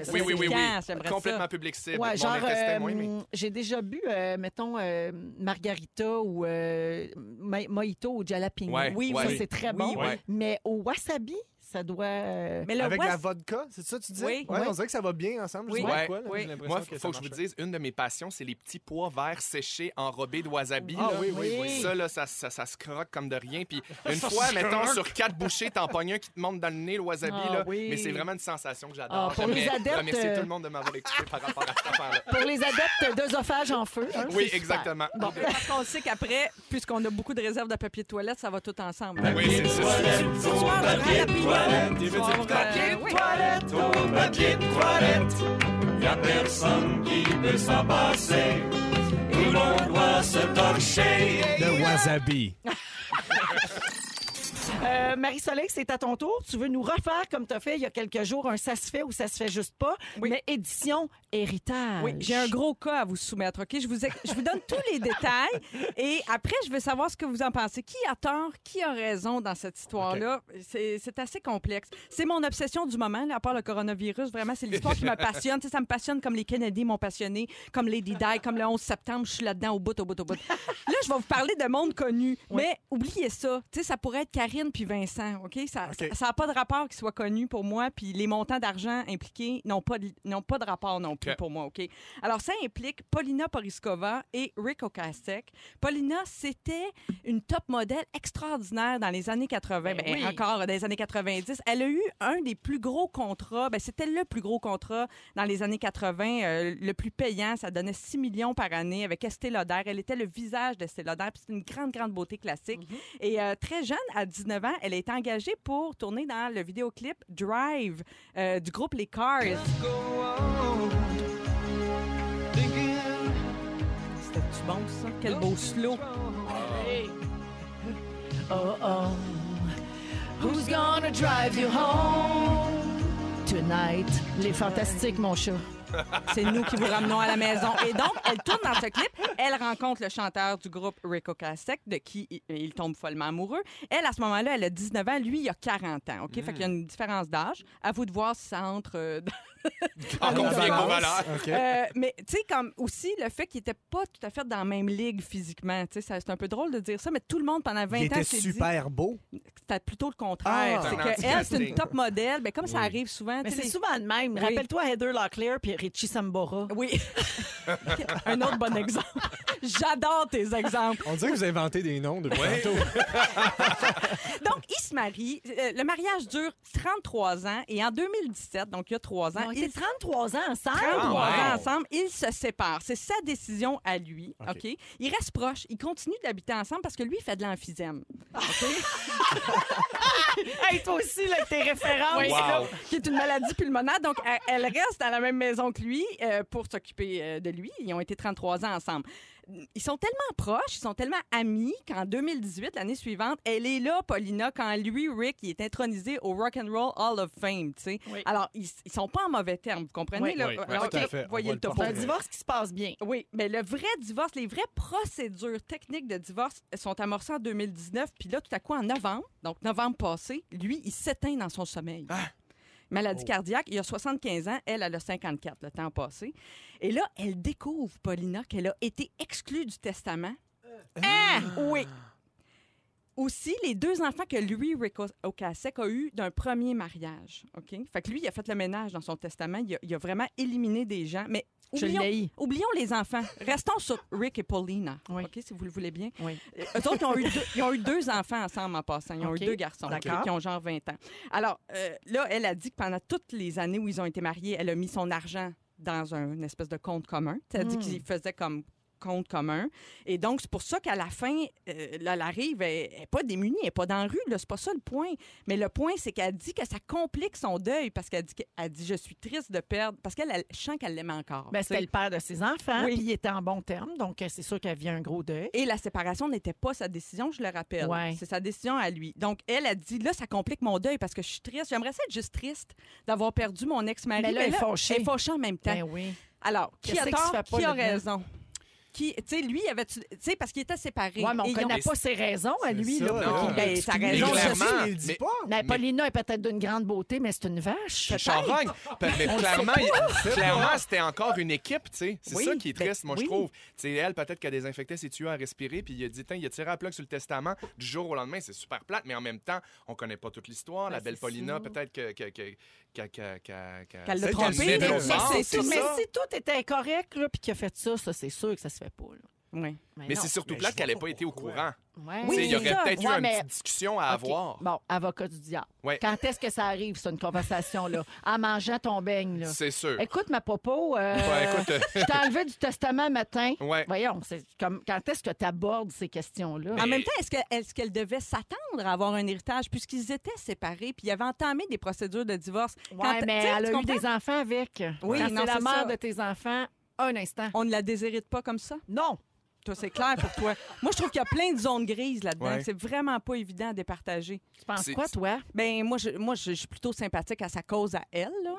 Ça,
Oui, oui,
c'est
oui,
piquant,
oui.
j'aimerais ça.
Complètement public cible.
Ouais,
Eh ben, Mon
genre,
intestin, moi,
euh,
mais-
j'ai déjà bu, euh, mettons, euh, margarita ou euh, mo- mojito ou jalapeno.
Ouais,
oui,
ouais.
ça, c'est très
Oui,
bon.
ouais.
Mais au wasabi, ça doit... euh,
Mais le
Avec
West-
la vodka, c'est ça que tu dis?
Oui.
Ouais,
Oui.
on dirait que ça va bien ensemble.
Oui.
Je sais pas
Ouais.
pourquoi, là,
Oui.
j'ai l'impression
Moi,
que
faut,
ça
faut que je vous
marche.
dise, une de mes passions, c'est les petits pois verts séchés enrobés de wasabi.
Ah
là.
oui, oui, oui.
Ça, là, ça, ça, ça se croque comme de rien. Puis une fois, mettons, sur quatre bouchées, t'en pognes un qui te monte dans le nez, le wasabi.
Ah
là.
oui.
Mais c'est vraiment une sensation que j'adore.
Ah, pour les
J'aimerais
adeptes,
remercier
euh,
tout le monde de m'avoir écouté par rapport à cette affaire-là.
Pour les adeptes d'œsophages en feu. hein, c'est
Oui,
super.
exactement.
Bon, parce qu'on sait qu'après, puisqu'on a beaucoup de réserves de papier de toilette, ça va tout ensemble.
Oui, c'est ça.
Si tu manges durant la pilule,
Il
tu
veut
vas
dire
avoir,
papier
euh, oui.
Au papier de toilette, y a personne qui peut s'en passer. Tout le monde doit se torcher.
Le wasabi.
Euh, Marie-Soleil, c'est à ton tour. Tu veux nous refaire, comme tu as fait il y a quelques jours, un ça se fait ou ça se fait juste pas,
Oui.
mais édition héritage.
Oui, j'ai un gros cas à vous soumettre, OK? Je vous, ex- je vous donne tous les détails et après, je veux savoir ce que vous en pensez. Qui a tort, qui a raison dans cette histoire-là? C'est- C'est assez complexe. C'est mon obsession du moment, là, à part le coronavirus. Vraiment, c'est l'histoire qui me passionne. Tu sais, ça me passionne comme les Kennedy m'ont passionné, comme Lady Di, comme le 11 septembre. Je suis là-dedans au bout, au bout, au bout. Là, je vais vous parler de monde connu, mais oubliez ça. Tu sais, ça pourrait être Karine puis Vincent, OK? Ça n'a
OK.
pas de rapport qui soit connu pour moi, puis les montants d'argent impliqués n'ont pas, de- n'ont pas de rapport non plus
OK.
pour moi, OK? Alors, ça implique Paulina Poriskova et Rick Ocasek. Paulina, c'était une top modèle extraordinaire dans les années 80,
Ben
ben,
oui.
encore dans les années 90. Elle a eu un des plus gros contrats, ben, c'était le plus gros contrat dans les années 80, euh, le plus payant. Ça donnait 6 millions par année avec Estée Lauder. Elle était le visage d'Estée Lauder, puis c'est une grande, grande beauté classique. Et euh, très jeune, à 19 ans, elle a été engagée pour tourner dans le vidéoclip Drive euh, du groupe Les Cars. C'était du bon, ça? Quel beau slow.
Oh oh, who's gonna drive you home tonight?
Les fantastiques, mon chat.
C'est nous qui vous ramenons à la maison. Et donc, elle tourne dans ce clip. Elle rencontre le chanteur du groupe Rico Kasek, de qui il- il tombe follement amoureux. Elle, à ce moment-là, elle a 19 ans. Lui, il a 40 ans. OK? Fait qu'il y a une différence d'âge. À vous de voir si ça entre euh,
En conflit avec vos valeurs.
OK.
Euh, mais tu sais, comme aussi le fait qu'il était pas tout à fait dans la même ligue physiquement, tu sais, ça- c'est un peu drôle de dire ça, mais tout le monde pendant 20
Il
ans
était
s'est
super beau.
dit que c'était plutôt le
Ah.
contraire. c'est
C'est un
que elle, c'est une
anti-casting.
top modèle, mais comme ça arrive souvent,
Mais
tu sais,
c'est
les-
souvent le même.
Oui.
Rappelle-toi Heather Locklear puis Richie Sambora.
Oui. un autre bon exemple. J'adore tes exemples.
On dirait que vous inventez des noms depuis tantôt.
Donc, ils se marient. Euh, Le mariage dure 33 ans et en 2017, donc il y a 3 ans,
Ils ont
ils
été 33 ans ensemble.
33
Ah,
ans
wow.
ensemble, ils se séparent. C'est sa décision à lui.
OK.
OK? Ils restent proches. Ils continuent d'habiter ensemble parce que lui, il fait de l'emphysème.
Hey, toi aussi, là, avec tes références.
Oui.
là.
Wow.
qui est une maladie pulmonaire. Donc, elle- elle reste dans la même maison que lui euh, pour s'occuper euh, de lui. Ils ont été 33 ans ensemble. Ils sont tellement proches, ils sont tellement amis qu'en 2018, l'année suivante, elle est là, Paulina, quand lui, Rick, il est intronisé au Rock and Roll Hall of Fame. tu sais.
Oui.
Alors, ils, ils sont pas en mauvais termes, vous comprenez?
Oui.
là?
Oui, oui,
Alors,
tout à fait. On
Voyez
voit
le
le
topo.
C'est un divorce qui se passe bien.
Oui, mais le vrai divorce, les vraies procédures techniques de divorce sont amorcées en 2019. Puis là, tout à coup, en novembre, donc novembre passé, lui, il s'éteint dans son sommeil. Maladie cardiaque, il a 75 ans, elle, elle a 54, le temps passé. Et là, elle découvre, Paulina, qu'elle a été exclue du testament. Ah! Oui! Aussi, les deux enfants que lui, Rick O- Ocasek, a eu d'un premier mariage. OK? Fait que lui, il a fait le ménage dans son testament. Il a, il a vraiment éliminé des gens. Mais
Je
oublions-
l'ai.
Oublions les enfants. Restons sur Rick et Paulina.
Oui.
OK, si vous le voulez bien.
Oui.
Euh, Eux autres, ils ont, eu deux, ils ont eu deux enfants ensemble en passant. Ils ont
OK.
eu deux garçons
D'accord.
OK, qui ont genre 20 ans. Alors, euh, là, elle a dit que pendant toutes les années où ils ont été mariés, elle a mis son argent dans un une espèce de compte commun. Elle a dit
Hmm.
qu'ils faisaient comme compte commun. Et donc, c'est pour ça qu'à la fin, euh, là, elle arrive, elle n'est pas démunie, elle n'est pas dans la rue. là. C'est pas ça le point. Mais le point, c'est qu'elle dit que ça complique son deuil parce qu'elle dit, que- elle dit Je suis triste de perdre. Parce qu'elle, elle- je sens qu'elle l'aime encore.
Ben,
tu sais.
c'était le père de ses enfants,
Oui.
puis il était en bon terme, donc euh, c'est sûr qu'elle vit un gros deuil.
Et la séparation n'était pas sa décision, je le rappelle.
Ouais.
C'est sa décision à lui. Donc, elle a dit, là, ça complique mon deuil parce que je suis triste. J'aimerais ça être juste triste d'avoir perdu mon ex-mari.
Mais là, elle est fâchée.
Elle est fâchée en même temps.
Ben oui.
Alors, qui
Qu'est-ce
a
qui se
tort,
fait pas
qui a
là-dedans?
raison? Qui, tu sais, lui, il avait, tu sais, parce qu'il était séparé.
Ouais, mais on
Et ils
connaît
ont-
pas ses raisons à lui.
ça,
là, pour
non.
qu'il
Ben,
l'exclue.
sa
Mais
raison,
Non, je-
clairement,
il le dit
mais-
pas.
Mais Paulina est peut-être d'une grande beauté, mais c'est une vache.
Je
Peut-être.
suis en rogne. Mais clairement, il- clairement, c'était encore une équipe, tu sais. C'est
Oui,
ça qui est
ben,
triste, moi,
oui.
je trouve. Tu sais, elle, peut-être qu'elle désinfectait ses tuyaux à respirer, puis il a dit, tiens, il a tiré à plug sur le testament du jour au lendemain. C'est super plate, mais en même temps, on connaît pas toute l'histoire. La
Ben,
belle
c'est
Paulina,
ça.
peut-être que- que- que- que- que- que- que-
Qu'elle l'a
c'est
trompé,
qu'elle
mais-
met de
mais
l'or,
c'est
c'est
tout,
mais
ça.
si tout était correct, là, puis qu'il a fait ça, ça, c'est sûr que ça se fait pas. là.
Oui.
Mais
non.
c'est surtout
Mais
plate
je
qu'elle n'ait
vois
pas
pas
été au
pourquoi.
courant.
Ouais.
Tu sais, Il y
c'est
aurait
ça.
peut-être eu
Ouais,
une
mais-
petite discussion à
OK.
avoir.
Bon, avocat du diable.
Ouais.
Quand est-ce que ça arrive, ça, une conversation, là? En mangeant ton beigne, là.
C'est sûr.
Écoute, ma popo, euh,
Ouais, écoute, euh,
je t'ai enlevé du testament matin.
Ouais.
Voyons, c'est comme, quand est-ce que tu abordes ces questions-là?
En même temps, est-ce que- est-ce qu'elle devait s'attendre à avoir un héritage puisqu'ils étaient séparés puis ils avaient entamé des procédures de divorce?
Ouais,
Quand-
mais
tu sais,
elle
tu
a eu
comprends?
des enfants avec.
Oui,
Quand
non,
c'est la
c'est
mère
ça.
de tes enfants, un instant.
On ne la déshérite pas comme ça?
Non!
Toi, c'est clair pour toi. Moi, je trouve qu'il y a plein de zones grises là-dedans.
Ouais.
C'est vraiment pas évident à départager.
Tu penses
C'est-
quoi, toi?
Ben moi, je, moi, je, je suis plutôt sympathique à sa cause à elle. Là.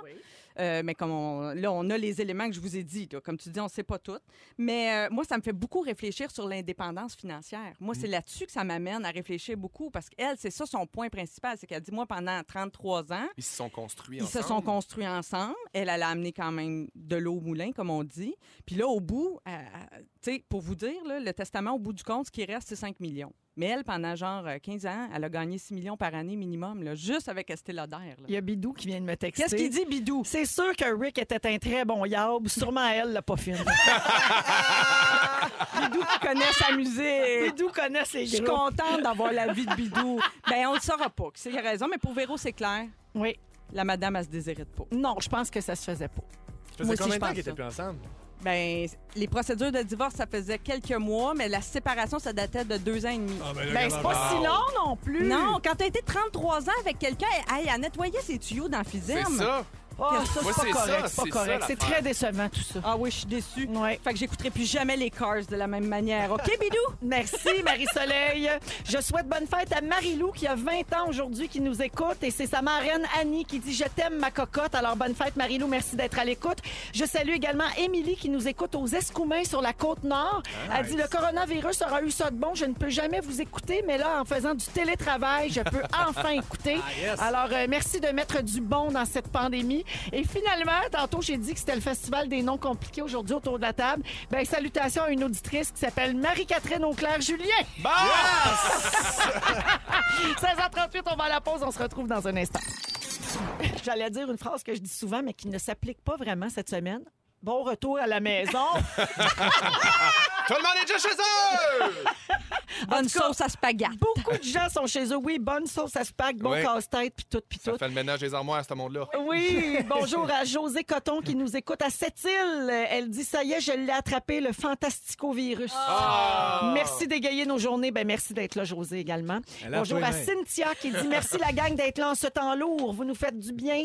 Euh, mais comme on, là, on a les éléments que je vous ai dit. là. Comme tu dis, on ne sait pas tout. Mais euh, moi, ça me fait beaucoup réfléchir sur l'indépendance financière. Moi, c'est là-dessus que ça m'amène à réfléchir beaucoup parce qu'elle, c'est ça son point principal. C'est qu'elle dit, moi, pendant 33 ans,
Ils se sont construits
ils se sont
ensemble.
construits ensemble. Elle, elle a amené quand même de l'eau au moulin, comme on dit. Puis là, au bout, euh, euh, tu sais, pour vous dire, là, le testament, au bout du compte, ce qui reste, c'est 5 millions. Mais elle, pendant genre euh, 15 ans, elle a gagné 6 millions par année minimum, là, juste avec Estée Lauder. là.
Il y a Bidou qui vient de me texter.
Qu'est-ce qu'il dit, Bidou?
C'est sûr que Rick était un très bon yob. Sûrement, elle l'a pas fini.
Bidou qui connaît sa musique.
Bidou connaît ses
Je suis
groupes.
contente d'avoir la vie de Bidou. Ben, on le saura pas. que C'est il a raison, mais pour Véro, c'est clair.
Oui.
La madame, elle se désirait de pas.
Non, je pense que ça se faisait pas.
Ça
Moi
faisait combien de
aussi, je
temps
pense
qu'ils étaient
ça.
plus ensemble?
Ben, les procédures de divorce, ça faisait quelques mois, mais la séparation, ça datait de deux ans et demi.
ben,
Ben, c'est pas si long non plus.
Non, quand t'as été 33 ans avec quelqu'un, elle, elle a nettoyé ses tuyaux dans
C'est
Fizem.
ça.
Ah,
Qu'est-ce
ça,
Moi,
c'est
c'est
pas correct.
ça,
C'est pas
c'est ça,
correct. C'est
l'affaire.
très décevant, tout ça.
Ah oui, je suis déçue.
Ouais.
Fait que j'écouterai plus jamais les Cars de la même manière. OK, Bidou?
Merci, Marie-Soleil. Je souhaite bonne fête à Marie-Lou, qui a 20 ans aujourd'hui, qui nous écoute. Et c'est sa marraine Annie qui dit Je t'aime, ma cocotte. Alors, bonne fête, Marie-Lou. Merci d'être à l'écoute. Je salue également Émilie, qui nous écoute aux Escoumins sur la côte nord. Elle dit Le coronavirus aura eu ça de bon. Je ne peux jamais vous écouter, mais là, en faisant du télétravail, je peux enfin écouter. Alors, euh, merci de mettre du bon dans cette pandémie. Et finalement, tantôt, j'ai dit que c'était le festival des noms compliqués aujourd'hui autour de la table. Ben, salutations à une auditrice qui s'appelle Marie-Catherine Auclair-Julien.
Bon!
16h38, on va à la pause, on se retrouve dans un instant. J'allais dire une phrase que je dis souvent, mais qui ne s'applique pas vraiment cette semaine. Bon retour à la maison.
Tout le monde est déjà chez eux!
Bonne sauce à spaghetti.
Beaucoup de gens sont chez eux. Oui, bonne sauce à spag, bon
Ouais.
casse-tête, puis tout, puis
Ça
tout.
fait le ménage des armoires à ce monde-là.
Oui, bonjour à José Coton qui nous écoute à Sept-Îles. Elle dit ça y est, je l'ai attrapé le fantastico-virus.
Ah.
Ah! Merci d'égayer nos journées. Ben merci d'être là José également.
Elle a
Bonjour
pas
à
aimé.
Cynthia qui dit merci la gang d'être là en ce temps lourd, vous nous faites du bien.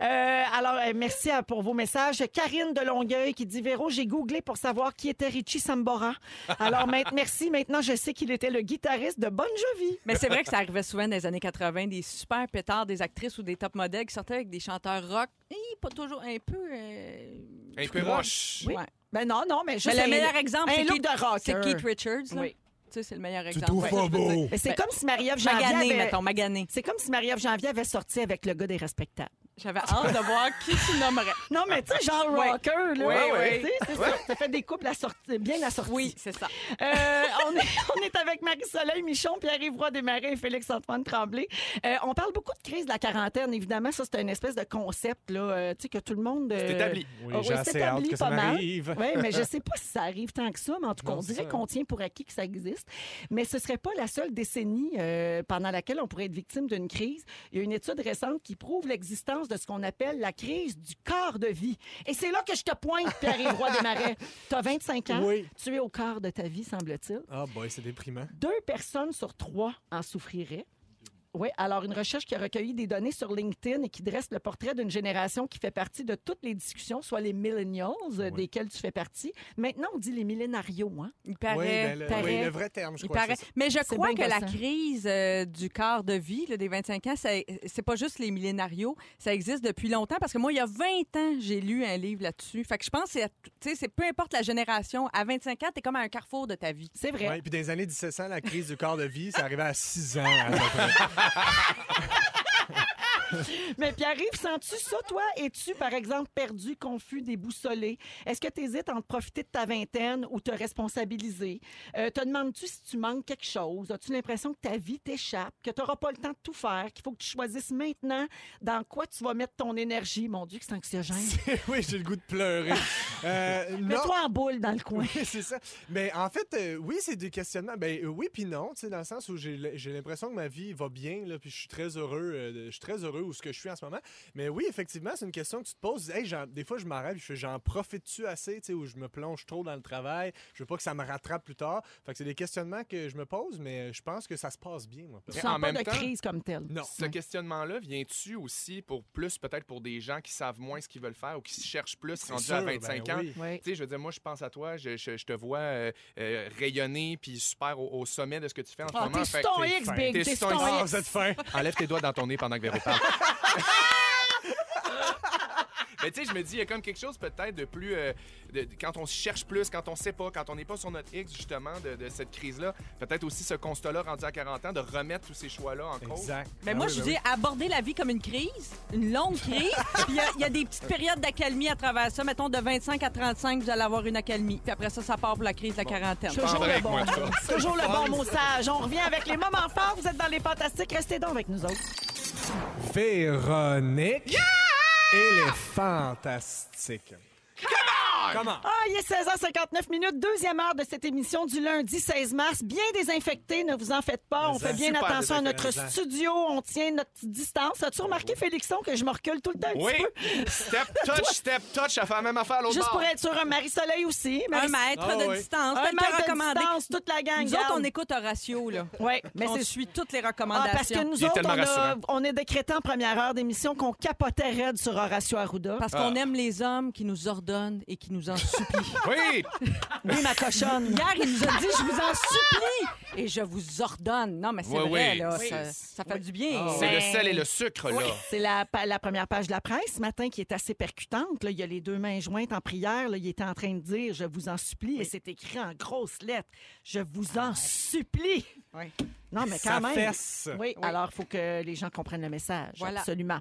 Euh, alors euh, merci à- pour vos messages. Karine de Longueuil qui dit Véro, j'ai googlé pour savoir qui était Richie Sambora. Alors maintenant merci, maintenant je sais qu'il était le guitariste de Bon Jovi.
Mais c'est vrai que ça arrivait souvent dans les années 80, des super pétards, des actrices ou des top modèles qui sortaient avec des chanteurs rock. Hi, pas toujours un peu. euh,
Un peu moche.
Ouais.
Ben non non, mais juste
Mais
un-
le meilleur exemple,
un
c'est
look
Keith,
de rocker.
Ah, c'est Keith Richards. là.
Oui.
Tu sais, c'est le meilleur exemple. Ouais.
Mais c'est
Ben,
comme si Marie-Ève Janvier
Magané,
avait-
mettons, magané.
C'est comme si Marie-Ève Janvier avait sorti avec le gars des respectables.
J'avais hâte de voir qui tu nommerais.
Non, mais tu sais, genre
Ouais.
rocker, là.
Ouais, ouais.
Tu sais, c'est ça. Ça fait des couples assortis- bien assortis.
Oui, c'est ça.
Euh, on, est, on est avec Marie-Soleil Michon, Pierre-Yves Roy Desmarais et Félix-Antoine Tremblay. Euh, on parle beaucoup de crise de la quarantaine. Évidemment, ça, c'est un espèce de concept, là, euh, tu sais, que tout le monde... euh,
C'est établi.
Oui,
Oh,
Ah oui,
j'ai
c'est
assez hâte
établi
que ça
pas mal.
m'arrive.
Oui, mais je sais pas si ça arrive tant que ça, mais en tout cas,
Non,
on
c'est
dirait
ça.
qu'on tient pour acquis que ça existe. Mais ce serait pas la seule décennie euh, pendant laquelle on pourrait être victime d'une crise. Il y a une étude récente qui prouve l'existence de ce qu'on appelle la crise du corps de vie. Et c'est là que je te pointe, Pierre-Yves Roy Desmarais. Tu as 25 ans,
Oui.
tu es au corps de ta vie, semble-t-il.
Ah, boy, c'est déprimant.
Deux personnes sur trois en souffriraient. Oui, alors une recherche qui a recueilli des données sur LinkedIn et qui dresse le portrait d'une génération qui fait partie de toutes les discussions, soit les millennials, euh,
Oui.
desquels tu fais partie. Maintenant, on dit les millénarios. Hein?
Il paraît.
oui, ben, le,
paraît.
oui, le vrai terme, je
Il
crois.
paraît.
c'est ça.
Mais je
C'est
crois que
bien
la
gossant.
crise euh, du quart de vie là, des 25 ans, ça- e- c'est pas juste les millénarios, ça existe depuis longtemps parce que moi, il y a 20 ans, j'ai lu un livre là-dessus. Fait que je pense que c'est à- tu sais, c'est peu importe la génération, à 25 ans, t'es comme à un carrefour de ta vie.
C'est vrai.
Ouais, puis dans les années 1700, la crise du corps de vie, ça arrivait à 6 ans. à peu près.
Mais Pierre-Yves, sens-tu ça, toi? Es-tu, par exemple, perdu, confus, déboussolé? Est-ce que tu hésites à en profiter de ta vingtaine ou te responsabiliser? Euh, te demandes-tu si tu manques quelque chose? As-tu l'impression que ta vie t'échappe, que tu n'auras pas le temps de tout faire, qu'il faut que tu choisisses maintenant dans quoi tu vas mettre ton énergie? Mon Dieu, que c'est anxiogène.
oui, j'ai le goût de pleurer. Euh, non.
Mets-toi en boule dans le coin.
Oui, c'est ça. Mais en fait, euh, oui, c'est des questionnements. Ben, euh, oui, puis non, tu sais, dans le sens où j'ai l- j'ai l'impression que ma vie va bien, là, puis je suis très heureux, euh, de- je suis très heureux où ce que je suis en ce moment. Mais oui, effectivement, c'est une question que tu te poses. Hey, j'en- des fois, je m'arrête, puis je fais, j'en profite-tu assez, tu sais, où je me plonge trop dans le travail. Je veux pas que ça me rattrape plus tard. Fait que c'est des questionnements que je me pose, mais euh, je pense que ça se passe bien, moi.
Tu
Mais
sens
en
pas
même
de
temps-
crise comme telle.
Non.
Ce questionnement-là vient-tu aussi pour plus, peut-être pour des gens qui savent moins ce qu'ils veulent faire ou qui se cherchent plus
C'est
rendus
sûr,
à 25
ben
ans?
oui.
Oui.
Tu sais, je veux dire, moi, je pense à toi, je, je- je te vois euh, euh, rayonner puis super au, au sommet de ce que tu fais en ce
Ah,
moment.
t'es
Fait
sur
que
ton
t'es
X,
fin.
Big.
T'es
T'es sur
sur ton
ton
Ah,
X.
vous êtes fin.
Enlève tes doigts dans ton nez pendant que Véro parle. Mais Mais tu sais, je me dis, il y a comme quelque chose peut-être de plus. euh, de- de- quand on se cherche plus, quand on sait pas, quand on n'est pas sur notre X, justement, de, de cette crise-là, peut-être aussi ce constat-là rendu à 40 ans, de remettre tous ces choix-là en cause.
Exact.
Mais
Ah
moi,
oui,
je
ben
dis aborder la vie comme une crise, une longue crise. Puis il y a- il y, a des petites périodes d'accalmie à travers ça. Mettons, de 25 à 35, vous allez avoir une accalmie. Puis après ça, ça part pour la crise de la quarantaine.
Je
Toujours
prendrais
le
avec
bon.
moi, ça.
C'est Toujours le bon mot sage. On revient avec les moments forts. Vous êtes dans les fantastiques. Restez donc avec nous autres.
oui. Véronique et les fantastiques. Comment? Comment?
Ah, il est 16h59 minutes, deuxième heure de cette émission du lundi 16 mars. Bien désinfecté, ne vous en faites pas. On
Mais ça,
fait bien
super Ben
attention à notre
désinfectant.
studio, on tient notre petite distance. As-tu remarqué, Félixon, que je me recule tout le temps un
Oui!
petit peu?
Step, touch, step, touch, ça fait la même affaire à l'autre
Juste
bord.
pour être sûr, un Marie-Soleil aussi.
Un
Marie-
mètre
Ah
de
oui.
distance,
Un
tellement
mètre de
recommandé.
distance, toute la gang.
Nous autres, on
garde.
écoute Horatio, là.
Ouais, mais
on
c'est
suit toutes les
Ah,
recommandations.
parce que nous
Il est
autres,
tellement
on, a-
rassurant.
on est décrété en première heure d'émission qu'on capotait raide sur Horacio Arruda.
Parce
Ah.
qu'on aime les hommes qui nous ordonnent et qui nous en supplient.
Oui!
Oui, ma cochonne.
Hier, il nous a dit Je vous en supplie et je vous ordonne. Non, mais c'est
Oui,
vrai,
oui. Ah,
là.
Oui.
Ça, ça fait du bien.
C'est le
Ben-
sel et le sucre, là.
C'est la, pa- la première page de la presse ce matin qui est assez percutante. là. Il y a les deux mains jointes en prière. là. Il était en train de dire Je vous en supplie. Et c'est écrit en grosses lettres Je vous en supplie.
Ouais.
Non, mais quand
Ça
même.
fesse.
Oui, alors il faut que les gens comprennent le message.
Voilà.
Absolument.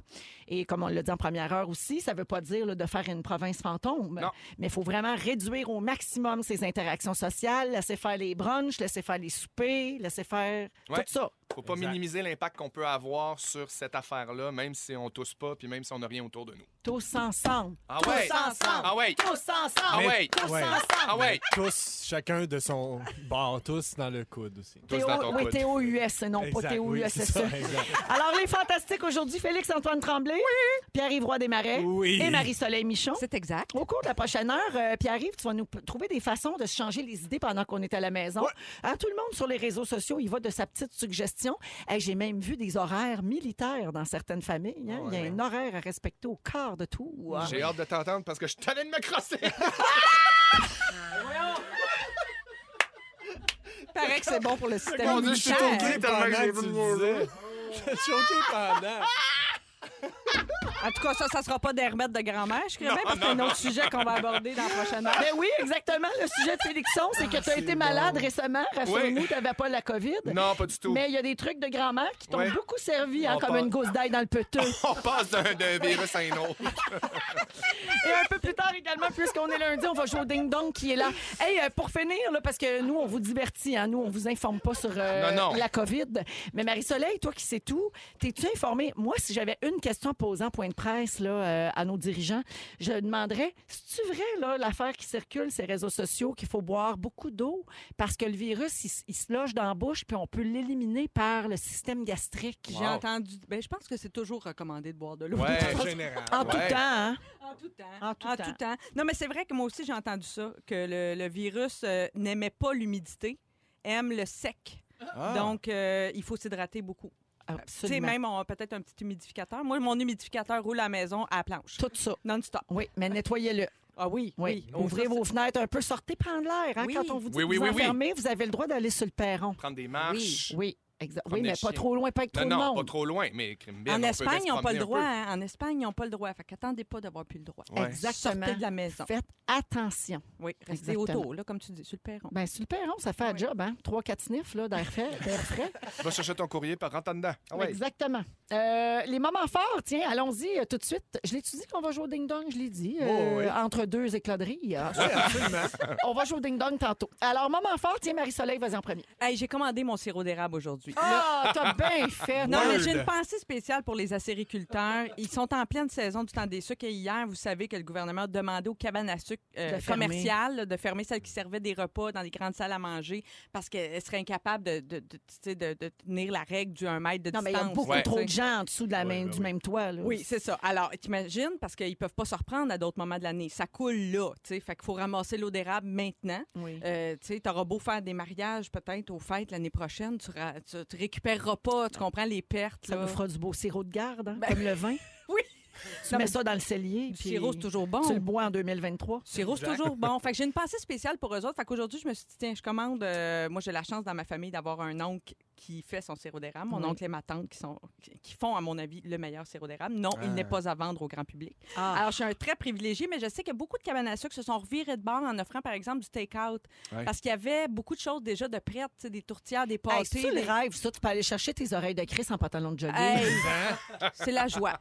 Et comme on l'a dit en première heure aussi, ça ne veut pas dire là, de faire une province fantôme.
Non.
Mais il faut vraiment réduire au maximum ces interactions sociales, laisser faire les brunchs, laisser faire les soupers, laisser faire
Ouais.
tout ça.
Faut pas
Exact.
minimiser l'impact qu'on peut avoir sur cette affaire-là, même si on tousse pas, puis même si on n'a rien autour de nous.
Tous ensemble.
Ah
tous
ouais.
ensemble.
Ah ouais.
Tous ensemble.
Ah ouais.
Tous
Ouais.
ensemble.
Ah ouais!
Tous, chacun de son bord, tous dans le coude aussi.
Tous dans ton
oui,
coude.
T-O-U-S, non pas
Exact, oui, c'est
T-O-U-S-S.
ça, exact.
Alors, les fantastiques aujourd'hui, Félix-Antoine Tremblay, Pierre-Yves Roy Desmarais
Oui.
et Marie-Soleil Michon.
C'est exact.
Au cours de la prochaine heure, euh, Pierre-Yves, tu vas nous p- trouver des façons de se changer les idées pendant qu'on est à la maison. Hein, tout le monde sur les réseaux sociaux, il va de sa petite suggestion. Hey, J'ai même vu des horaires militaires dans certaines familles. hein. Il y a un horaire à respecter au quart de tour.
Ah J'ai hâte de t'entendre parce que je t'allais de me crosser!
paraît que c'est bon pour le système
Mon Dieu, je suis
immunitaire.
tombé. Tellement que
Pendant
j'ai
que tu le
vu le
disais. Je suis choqué pendant.
En tout cas, ça, ça sera pas des remèdes de grand-mère, je crois
Non,
bien, parce que c'est
non,
un
non.
autre sujet qu'on va aborder dans la prochaine heure.
Ben oui, exactement. Le sujet de Félixon, c'est que tu as été malade récemment. Rassure-nous, tu n'avais pas la COVID.
Non, pas du tout.
Mais il y a des trucs de grand-mère qui t'ont
Ouais.
beaucoup servi, hein,
On
comme
parle-
une gousse d'ail dans le peteux.
On passe d'un d'un virus à un autre.
Et un peu plus tard également, puisqu'on est lundi, on va jouer au Ding Dong qui est là. Hey, euh, pour finir, là, parce que nous, on vous divertit, hein, nous, on vous informe pas sur euh,
Non, non.
la COVID. Mais Marie-Soleil, toi qui sais tout, t'es-tu informée? Moi, si j'avais une question à poser en point de presse là, euh, à nos dirigeants, je demanderais, c'est-tu vrai là, l'affaire qui circule, ces réseaux sociaux, qu'il faut boire beaucoup d'eau parce que le virus, il, s- il se loge dans la bouche puis on peut l'éliminer par le système gastrique?
J'ai entendu. Ben, je pense que c'est toujours recommandé de boire de l'eau.
Ouais.
En général.
En tout
Ouais.
temps, hein?
En tout temps.
En tout temps.
Non, mais c'est vrai que moi aussi, j'ai entendu ça, que le, le virus euh, n'aimait pas l'humidité, aime le sec.
Ah.
Donc, euh, il faut s'hydrater beaucoup. Tu sais,
Ah. Absolument.
même, on a peut-être un petit humidificateur. Moi, mon humidificateur roule à la maison à la planche.
Tout ça.
Non-stop.
Oui, mais nettoyez-le.
Ah oui,
Oui.
oui.
Ouvrez
Ça,
vos fenêtres un peu, sortez prendre l'air. hein,
Oui.
Quand on vous dit
Oui,
de
oui,
vous
oui, oui.
enfermer, vous avez le droit d'aller sur le perron.
Prendre des marches.
Oui, exact. Oui,
Promener
mais
le
pas
chien.
trop loin, pas avec trop de
Non, non,
monde.
pas trop loin, mais crime bien,
En
on peut
Espagne,
bien se
ils n'ont pas
promener
le
un
droit.
peu.
hein. En Espagne, ils n'ont pas le droit. Fait qu'attendez pas d'avoir plus le droit.
Ouais.
Exactement.
Sortez de la maison.
Faites attention.
Oui, restez
Exactement.
autour, là, comme tu dis, sur le perron.
Ben, sur le perron, ça fait un job, hein? Trois, quatre sniffs là, d'air frais. d'air frais.
Va chercher ton courrier, par rentre en dedans. Ah ouais.
Exactement. Euh, les moments forts, tiens, allons-y euh, tout de suite. Je l'ai-tu dit qu'on va jouer au ding-dong? Je l'ai dit. euh,
Oh, oui.
Entre deux écladeries. Ah, On va jouer au ding-dong tantôt. Alors, moment fort, tiens, Marie-Soleil, vas-y en premier.
Hey, j'ai commandé mon sirop d'érable aujourd'hui.
Ah, t'as bien fait.
Non, mais j'ai
Word.
une pensée spéciale pour les acériculteurs. Ils sont en pleine saison du temps des sucres. Et hier, vous savez que le gouvernement a demandé aux cabanes à sucre euh,
De fermer.
commerciales là, de fermer celles qui servaient des repas dans les grandes salles à manger parce qu'elles seraient incapables de, de, de- tu sais, de- de tenir la règle du 1 mètre de
Non, mais il y
distance.
a beaucoup
Ouais.
trop de gens en dessous de la main, du même toit. Là.
Oui, c'est ça. Alors, t'imagines, parce qu'ils peuvent pas se reprendre à d'autres moments de l'année. Ça coule là, tu sais. Fait qu'il faut ramasser l'eau d'érable maintenant.
Oui.
Euh, tu sais, t'auras beau faire des mariages peut-être aux fêtes l'année prochaine, tu, ra- tu, tu récupéreras pas, tu comprends les pertes.
Ça
là.
nous fera du beau sirop de garde, hein,
euh, Ben-
comme le vin.
Oui.
Tu mets ça dans le cellier.
Du
puis
sirop, c'est toujours bon.
Tu le bois en 2023.
Sirop, c'est toujours bon. Fait que j'ai une pensée spéciale pour eux autres. Fait qu'aujourd'hui, je me suis dit, tiens, je commande. euh, moi, j'ai la chance dans ma famille d'avoir un oncle qui fait son sirop d'érable, mon oncle et ma tante qui, sont, qui- qui font, à mon avis, le meilleur sirop d'érable. Non,
Ah.
il n'est pas à vendre au grand public. Alors, je suis un très privilégié, mais je sais que beaucoup de cabanes à sucre se sont revirées de bord en offrant, par exemple, du take-out.
Ouais.
Parce qu'il y avait beaucoup de choses déjà de prêtes, tu sais, des tourtières, des
Hey,
pâtés.
c'est-tu
des-
le rêve, ça? Tu peux aller chercher tes oreilles de Chris en pantalon de jogging.
Hey, c'est la joie.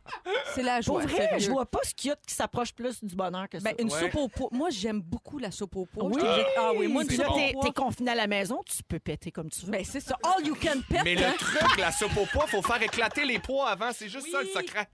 C'est la
hein? Pour
joie.
vrai,
sérieux.
je vois pas ce qu'il y a qui s'approche plus du bonheur que ça. Oh,
Ben, une
Ouais.
soupe au poids. Moi, j'aime beaucoup la soupe au poids.
Oui.
Je te dirais- Ah oui, moi, une
Puis
soupe
là,
au
t'es,
pois.
t'es confiné à la maison, tu peux péter comme tu veux.
Ben, c'est ça. All you can pet.
Mais
hein.
le truc, la soupe au poids, faut faire éclater les poids avant. C'est juste ça le
Oui.
secret.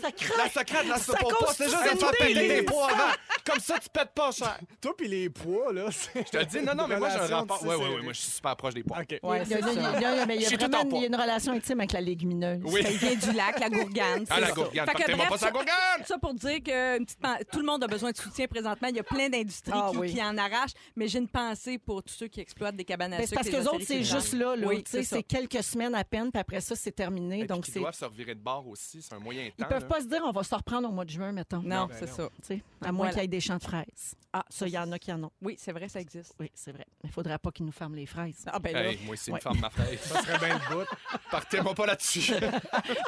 ça craque.
La secret de la soupe
Ça
au poids,
cause
c'est
tout
juste
ça,
de faire
nous
péter les
délire.
poids avant. Comme ça, tu pètes pas cher.
Toi, puis les poids, là. Je
Je te le dis, non, non, mais moi, j'ai un rapport. Ouais, ouais, ouais, moi, je suis super proche des poids.
OK.
Ouais,
Il y a- il y a-
c'est ça.
il y a- mais il y a
Je suis tout
vraiment
en poids.
il y a une relation intime avec la légumineuse.
Oui.
Ça ben, vient du lac, la gourgane.
Ah,
c'est
la
ça.
gourgane.
Fait que
Partez-moi
bref,
pas sa
ça-
gourgane!
Ça pour dire que une petite pan- tout le monde a besoin de soutien présentement. Il y a plein d'industries
Ah
qui,
oui.
qui en arrachent, mais j'ai une pensée pour tous ceux qui exploitent des cabanes à
Ben, c'est
sucre.
parce que
les
les autres,
hostelries
c'est
culinaires.
juste là. là
Oui,
tu sais,
c'est ça.
c'est quelques semaines à peine, puis après ça, c'est terminé.
Et
donc,
puis,
c'est...
Ils doivent se revirer de bord aussi, c'est un moyen temps.
ils peuvent
là.
pas se dire on va se reprendre au mois de juin, mettons.
Non,
Ben
c'est
non.
ça.
Tu sais, à moins
Voilà.
qu'il y ait des champs de fraises. Ah, ça, il y en a qui en ont.
Oui, c'est vrai, ça existe.
Oui, c'est vrai. Mais il faudrait pas qu'ils nous ferment les fraises.
Ah ben là,
Hey, moi, c'est une
Ouais.
femme, ma fête.
Ça serait bien le bout.
Partez-moi pas là-dessus.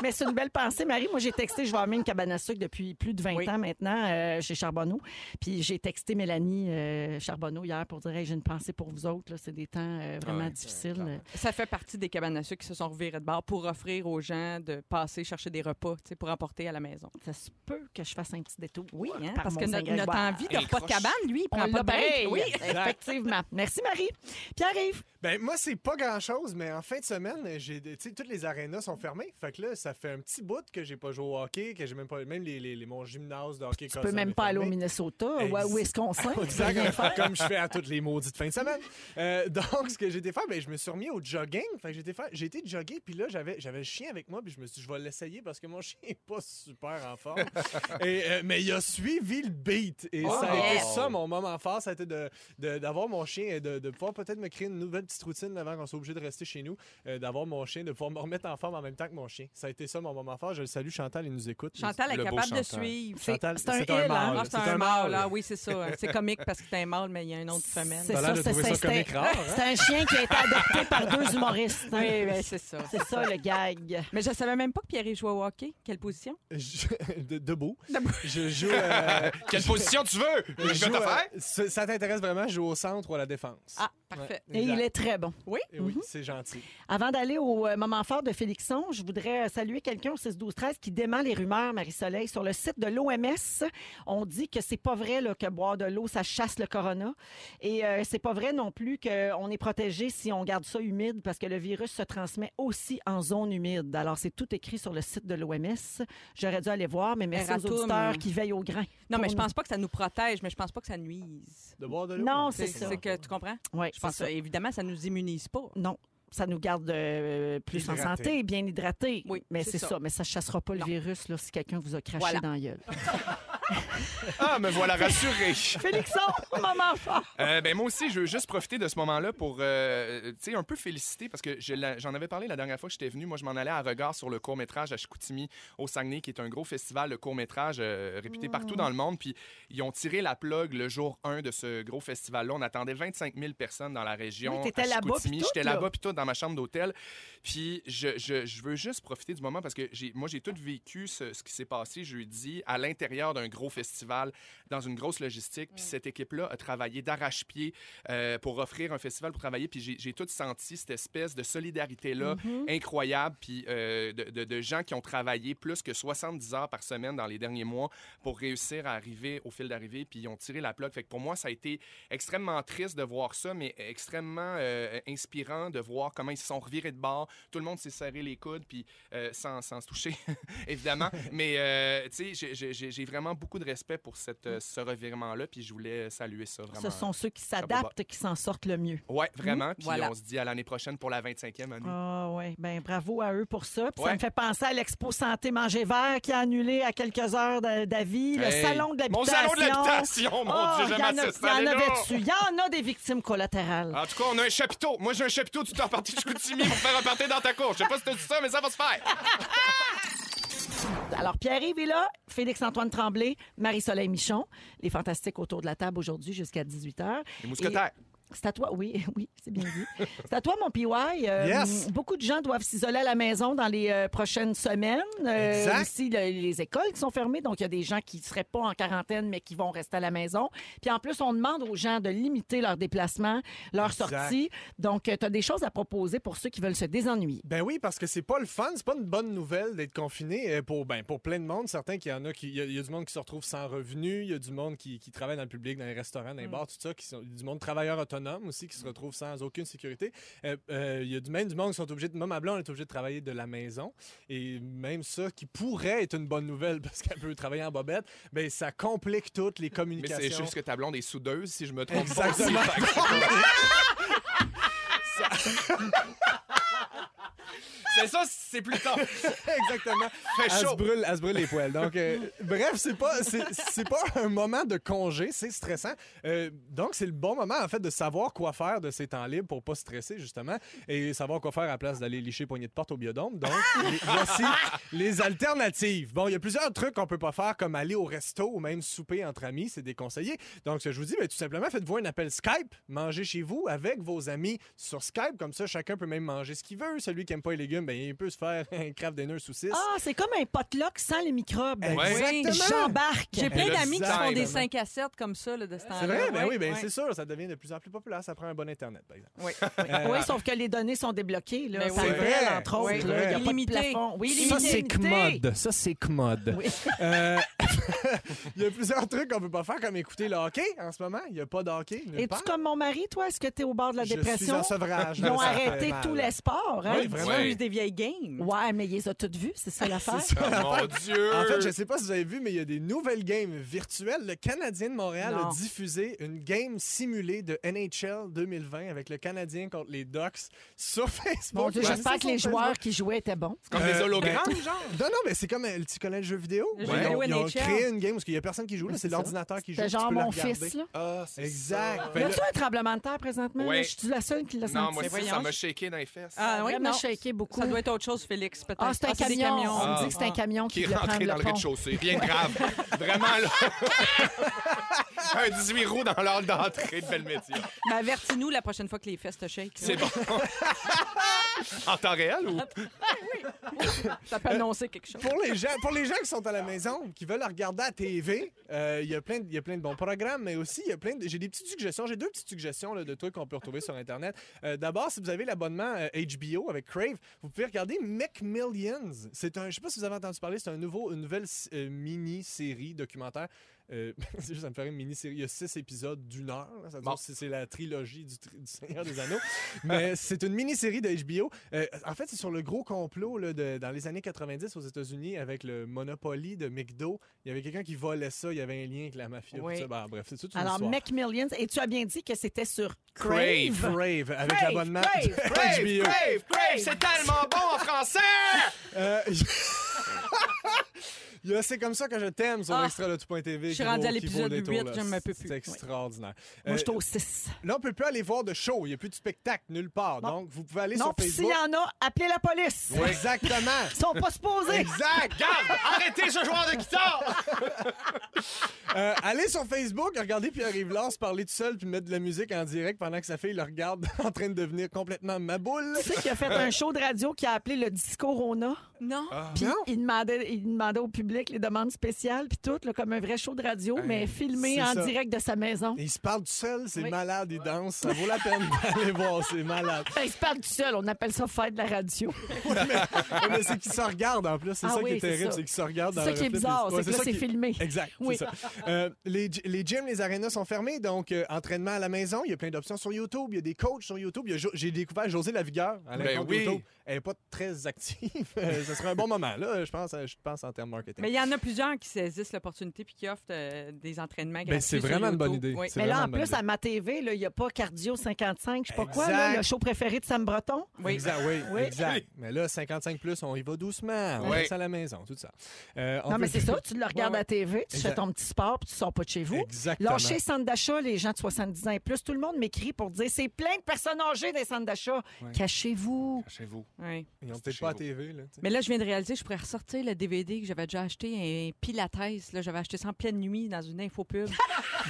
Mais c'est une belle pensée, Marie. Moi, j'ai texté, je vais amener une cabane à sucre depuis plus de 20
Oui.
ans maintenant euh, chez Charbonneau. Puis j'ai texté Mélanie euh, Charbonneau hier pour dire Hey, j'ai une pensée pour vous autres. là. C'est des temps euh, vraiment
Ah Ouais,
difficiles.
clairement.
ça fait partie des cabanes à sucre qui se sont revirées de bord pour offrir aux gens de passer chercher des repas, tu sais, pour emporter à la maison.
Ça se peut que je fasse un petit détour.
Oui, hein,
par
parce que
mon
notre,
Seigneur,
notre
je vais-
envie de
Il
repas de
croche.
cabane, lui, il prend
On
pas
l'a
de break.
pareil.
Oui.
effectivement. Merci, Marie. Pierre-Yves.
Ben moi c'est pas grand chose, mais en fin de semaine, j'ai, tu sais, toutes les arénas sont fermées. Fait que là, ça fait un petit bout que j'ai pas joué au hockey, que j'ai même pas, même les, les, les- mon gymnase de hockey.
Tu peux même pas aller au Minnesota ou à
Ex-
Wisconsin. tu peux rien
Exactement,
faire.
comme je fais à toutes les maudites fins de semaine. Euh, donc, ce que j'ai été faire, ben, je me suis remis au jogging. Fait que j'ai été faire- j'ai été jogger, puis là, j'avais, j'avais le chien avec moi, puis je me suis dit, je vais l'essayer parce que mon chien est pas super en forme. Et, euh, mais il a suivi le beat. Et
Oh.
ça a été
yes.
ça, mon moment fort, ça a été de, de- d'avoir mon chien et de, de pouvoir peut-être me créer une nouvelle petite routine avant qu'on soit obligé de rester chez nous, euh, d'avoir mon chien, de pouvoir me remettre en forme en même temps que mon chien. Ça a été ça, mon moment fort. Je le salue, Chantal, il nous écoute.
Chantal est
Le beau
capable de
Chantal.
suivre.
C'est-
Chantal,
c'est un
c'est
il,
un
hein?
mâle.
Ah,
c'est
c'est un
un
mâle,
mâle.
ah oui, c'est ça. C'est comique parce que c'est un mâle, mais il y a un autre femelle.
C'est
T'as l'air de
ça, c'est
trouver
ça.
ça
C'est
comique
un-
rare, hein?
c'est un chien qui a été adopté par deux humoristes. hein.
Oui, ben, c'est ça.
C'est ça le gag.
Mais je savais même pas que Pierre jouait au hockey. Quelle position?
Je- de- debout.
Debout.
Je joue. euh,
Quelle position tu veux?
je
Je vais
joue,
te
euh,
faire.
ce- ça t'intéresse vraiment, je joue au centre ou à la défense.
Ah, parfait.
Et il
Exact.
est très bon.
Et oui, c'est gentil.
Avant d'aller au euh, moment fort de Félixon, je voudrais euh, saluer quelqu'un au 6-12-13 qui dément les rumeurs, Marie-Soleil. Sur le site de l'OMS, on dit que c'est pas vrai là, que boire de l'eau, ça chasse le corona. Et euh, c'est pas vrai non plus qu'on est protégé si on garde ça humide parce que le virus se transmet aussi en zone humide. Alors, c'est tout écrit sur le site de l'OMS. J'aurais dû aller voir, mais merci
Erratum.
aux auditeurs qui veillent au grain.
Non, mais
Pour
je
nous.
pense pas que ça nous protège, mais je pense pas que ça nuise.
De boire de l'eau.
Non,
C'est
c'est ça.
c'est que tu comprends?
Ouais,
Je pense
c'est ça.
que, évidemment, ça nous immunise pas.
Non. Ça nous garde euh, plus en
Hydraté.
santé, bien hydraté.
Oui,
mais
c'est
c'est
ça.
ça. Mais ça ne chassera pas
Non.
le virus là, si quelqu'un vous a craché
Voilà.
dans la gueule.
Ah, me voilà rassuré.
Félixon, maman fort!
Euh, ben moi aussi, je veux juste profiter de ce moment-là pour, euh, tu sais, un peu féliciter parce que je la- j'en avais parlé la dernière fois que j'étais venu. Moi, je m'en allais à regard sur le court-métrage à Chicoutimi, au Saguenay, qui est un gros festival de court-métrage euh, réputé partout
Mm.
dans le monde. Puis ils ont tiré la plug le jour 1 de ce gros festival-là. On attendait 25 000 personnes dans la région.
Oui, t'étais
à
là-bas, puis
Chicoutimi.
tout,
J'étais
là.
là-bas, puis tout, dans ma chambre d'hôtel. Puis je, je- je veux juste profiter du moment parce que j'ai- moi, j'ai tout vécu ce, ce qui s'est passé jeudi à l'intérieur d'un gros festival, dans une grosse logistique. Puis cette équipe-là a travaillé d'arrache-pied euh, pour offrir un festival pour travailler. Puis j'ai- j'ai tout senti cette espèce de solidarité-là incroyable. Puis euh, de, de- de gens qui ont travaillé plus que 70 heures par semaine dans les derniers mois pour réussir à arriver au fil d'arrivée. Puis ils ont tiré la plaque. Fait que pour moi, ça a été extrêmement triste de voir ça, mais extrêmement euh, inspirant de voir comment ils se sont revirés de bord. Tout le monde s'est serré les coudes, puis euh, sans, sans se toucher, évidemment. mais euh, tu sais, j'ai- j'ai- j'ai j'ai vraiment beaucoup de respect pour cette, euh, ce revirement-là, puis je voulais saluer ça vraiment.
Ce sont ceux qui
va pas.
s'adaptent qui s'en sortent le mieux.
Ouais, vraiment. Puis
Voilà.
on se dit à l'année prochaine pour la 25e année.
Ah oui, ben bravo à eux pour ça. Puis
Mm. Ouais.
Ça me fait penser à l'Expo Santé Manger Vert qui a annulé à quelques heures de- d'avis, le
Hey,
Salon de l'habitation.
Mon salon de l'habitation, mon
Ah,
Dieu,
il y
j'aime
en a-
assez ça.
il y en
allez
avait
là.
dessus. Il y en a des victimes collatérales.
En tout cas, on a un chapiteau. Moi, j'ai un chapiteau. Tu t'es reparti de Chicoutimi pour faire repartir dans ta cour. Je sais pas si t'as dit ça, mais ça va se faire.
Alors, Pierre-Yves est là, Félix-Antoine Tremblay, Marie-Soleil Michon, les fantastiques autour de la table aujourd'hui jusqu'à 18h.
Les mousquetaires.
C'est à toi, oui, oui, c'est bien dit. C'est à toi, mon PY. Euh,
Yes.
Beaucoup de gens doivent s'isoler à la maison dans les euh, prochaines semaines. Euh,
Exact.
Aussi, le- les écoles qui sont fermées, donc il y a des gens qui ne seraient pas en quarantaine, mais qui vont rester à la maison. Puis en plus, on demande aux gens de limiter leurs déplacements, leurs
Exact.
sorties. Donc, tu as des choses à proposer pour ceux qui veulent se désennuyer.
Ben oui, parce que c'est pas le fun, c'est pas une bonne nouvelle d'être confiné euh, pour, ben, pour plein de monde. Certains qui en a qui. Il y, a- il y a du monde qui se retrouve sans revenu, il y a du monde qui, qui travaille dans le public, dans les restaurants,
Mm.
dans les bars, tout ça, qui sont, du monde travailleur autonome aussi qui se retrouve sans aucune sécurité. Euh, euh, il y a du même du monde qui sont obligés de. Même à Blanc, on est obligé de travailler de la maison. Et même ça, qui pourrait être une bonne nouvelle parce qu'elle peut travailler en bobette, ben ça complique toutes les
Mais
communications.
c'est juste que ta blonde est soudeuse, si je me trompe pas.
Exactement.
C'est ça, c'est plus tard.
Exactement.
Fait
Elle se
chaud.
brûle, elle se brûle les poils. Donc, euh, bref, c'est pas, c'est, c'est pas un moment de congé, c'est stressant. Euh, donc, c'est le bon moment, en fait, de savoir quoi faire de ces temps libres pour pas stresser, justement, et savoir quoi faire à la place d'aller licher poignée de porte au biodôme. Donc, les- voici les alternatives. Bon, il y a plusieurs trucs qu'on peut pas faire, comme aller au resto ou même souper entre amis, c'est déconseillé. Donc, ce que je vous dis, ben, tout simplement, faites-vous un appel Skype, mangez chez vous avec vos amis sur Skype, comme ça, chacun peut même manger ce qu'il veut. Celui qui aime pas les légumes, ben, il peut se faire un craft dinner saucisse.
Ah, c'est comme un potluck sans les microbes.
Ouais.
J'embarque.
J'ai plein
le
d'amis qui
design,
font des
vraiment.
5 à 7 comme ça là, de ce temps-là.
C'est vrai, ben
Ouais,
oui, ben
ouais.
c'est sûr, ça devient de plus en plus populaire, ça prend un bon Internet, par exemple.
Oui.
Euh,
Oui, sauf que les données sont débloquées. Là.
Mais
Ça
oui.
appelle,
C'est vrai.
entre autres.
C'est
là.
vrai.
Il n'y a pas de
Illimité.
plafond. Oui,
Ça, c'est
illimité.
commode. Ça, c'est commode.
Oui.
Euh, il y a plusieurs trucs qu'on peut pas faire, comme écouter le hockey en ce moment. Il n'y a pas de hockey. nulle
Es-tu
part.
comme mon mari, toi? Est-ce que tu es au bord de la
Je suis
dépression?
en sevrage.
Ils ont
Ça fait
arrêté
mal.
tous les sports. Hein?
Oui, vraiment.
Ils
Ouais.
font des vieilles games.
Ouais, mais ils les ont toutes vues, c'est ça l'affaire.
Ah, Mon Dieu!
En fait, je sais pas si vous avez vu, mais il y a des nouvelles games virtuelles. Le Canadien de Montréal
Non.
a diffusé une game simulée de NHL 2020 avec le Canadien contre les Ducks sur Facebook.
Mon Dieu,
Ouais.
j'espère que les
Sur
joueurs qui jouaient étaient bons.
C'est comme des
Euh,
hologrammes,
ben-
genre.
Non, non, mais c'est comme, euh, tu connais le jeu vidéo?
Le
Ils
jeu
ont-
vidéo
ils ont
NHL.
créé une game parce qu'il n'y a personne qui joue, là, c'est
C'est ça.
l'ordinateur qui joue.
C'était
tu
genre
peux la
mon
regarder.
fils. Là.
Ah, c'est
Exact.
ça.
Fait
Y
là-
a-tu un tremblement de terre présentement?
Ouais.
là? Je suis la seule qui l'a
Non,
senti.
moi aussi, ça
voyons.
m'a shaké dans les fesses.
Ah oui,
Vraiment
non.
shaké beaucoup.
Ça doit être autre chose, Félix, peut-être.
Ah, c'est un
des
camion.
camions.
On me dit que c'est un
Ah.
camion
qui
qui
est
veut prendre
rentré dans
le
le
pont.
rez-de-chaussée. Rien de grave. Vraiment, là. un 18 roues dans l'ordre d'entrée de Belmédia.
Mais avertis-nous la prochaine fois que les fesses te shake.
C'est bon. en temps réel ou?
Ça
Euh,
peut annoncer quelque chose.
pour les gens, pour les gens qui sont à la maison, qui veulent regarder à TV, euh, il y a plein, de- il y a plein de bons programmes, mais aussi il y a plein. de- J'ai des petites suggestions. J'ai deux petites suggestions là, de trucs qu'on peut retrouver sur Internet. Euh, D'abord, si vous avez l'abonnement euh, HBO avec Crave, vous pouvez regarder McMillions. C'est un, je sais pas si vous avez entendu parler, c'est un nouveau, une nouvelle euh, mini-série documentaire. Euh, c'est juste, ça me ferait une mini-série. Il y a six épisodes d'une heure. là. Ça veut dire
Bon.
que c'est c'est la trilogie du, tri- du Seigneur des Anneaux. Mais c'est une mini-série de HBO. Euh, en fait, c'est sur le gros complot là, de- dans les années 90 aux États-Unis avec le Monopoly de McDo. Il y avait quelqu'un qui volait ça. Il y avait un lien avec la mafia.
Oui.
tout ça. Ben, bref, c'est toute une
Alors,
histoire.
McMillions, et tu as bien dit que c'était sur
Crave.
Crave.
Crave avec
Crave,
l'abonnement
Crave,
de
Crave,
HBO.
Crave, Crave, c'est tellement bon en français!
Euh, Il y a C'est comme ça que je t'aime sur
Ah.
l'extra de tout.tv.
Je suis
qui
rendue
vaut-
à
qui vaut
l'épisode
le détour,
huit,
là.
je me peux plus.
C'est
Ouais.
extraordinaire.
Moi, je suis
Euh,
au 6.
là, on peut plus aller voir de show. Il n'y a plus de spectacle nulle part.
Non.
Donc, vous pouvez aller
Non,
sur
puis s'il y
Facebook.
en a, appelez la police.
Oui. Exactement.
Ils sont pas supposés.
Exact.
Garde! Arrêtez ce joueur de guitare!
Euh, allez sur Facebook, regardez Pierre Rivlance parler tout seul puis mettre de la musique en direct pendant que sa fille le regarde en train de devenir complètement maboule.
Tu sais qu'il a fait un show de radio qui a appelé le Disco Rona.
Non.
Ah.
Puis il demandait, il demandait au public les demandes spéciales, puis tout, là, comme un vrai show de radio, mais filmé
c'est
en
ça.
direct de sa maison.
Et il se parle tout seul, c'est
Oui.
malade, il danse. Ça vaut la peine d'aller voir, c'est malade.
Ben, il se parle tout seul, on appelle ça faire de la radio.
Ouais, mais c'est qu'ils se regardent en plus. C'est
Ah
ça
oui,
qui est
c'est
terrible,
ça.
c'est qu'ils se regardent
C'est
dans
ça
le
qui est
reflet,
bizarre,
puis-
c'est
ouais,
que là, c'est
qui-
filmé.
Exact,
Oui.
c'est ça. Euh, les, gy- les gyms, les arénas sont fermés, donc euh, entraînement à la maison, il y a plein d'options sur YouTube, il y a des coachs sur YouTube. Il y a Jo- J'ai découvert José Lavigueur à la
Ben oui.
YouTube. Elle n'est pas très active. Euh, Ce serait un bon moment, là, je pense, euh, je pense en termes marketing.
Mais il y en a plusieurs qui saisissent l'opportunité puis qui offrent euh, des entraînements gratuits.
Ben, c'est
sur
vraiment une bonne
YouTube.
idée.
Oui.
C'est
Mais là, en
vraiment une bonne
plus, à ma TV, là, il n'y a pas Cardio 55, je sais pas quoi,
Exact.
là, le show préféré de Sam Breton.
Oui.
Exact, oui,
Oui.
exact. Mais là, 55 plus, on y va doucement. On
Oui.
reste à la maison, tout ça. Euh, on
Non, mais
peut-
c'est ça, tu le regardes
Ouais,
à TV, tu
Exact.
fais ton petit sport, puis tu sors pas de chez vous.
Exactement.
Lâchez les centres d'achat, les gens de 70 ans et plus, tout le monde m'écrit pour dire c'est plein de personnes âgées des centres d'achat. Cachez-vous.
Chez vous.
Oui.
Ils n'ont
C'est
peut-être
chez
pas à
vous.
TV. Là, tu sais.
Mais là, je viens de réaliser, je pourrais ressortir le DVD que j'avais déjà acheté, un Pilates. Là, j'avais acheté ça en pleine nuit dans une infopub.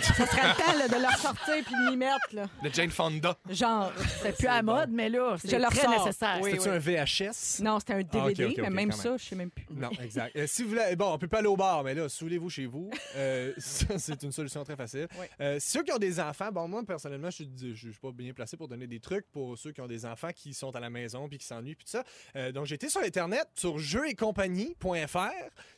ça serait le temps là, de le ressortir puis de m'y mettre. Là.
De Jane Fonda.
Genre,
C'est plus à mode, mais là, c'est
je le
très
ressors.
nécessaire.
Oui,
C'est-tu
oui.
un VHS?
Non, c'était un DVD,
Ah, ok, ok,
mais
ok,
même
quand
ça, je sais même plus.
Non, exact. Euh, si vous voulez, bon, on peut pas aller au bar, mais là, saoulez-vous chez vous. Euh, ça, c'est une solution très facile.
Ouais.
Euh, ceux qui ont des enfants, bon, moi, personnellement, je suis- je je suis pas bien placé pour donner des trucs pour ceux qui ont des enfants qui sont à la maison puis qui s'ennuient puis tout ça. Euh, donc, j'ai été sur Internet, sur jeuxetcompagnie.fr,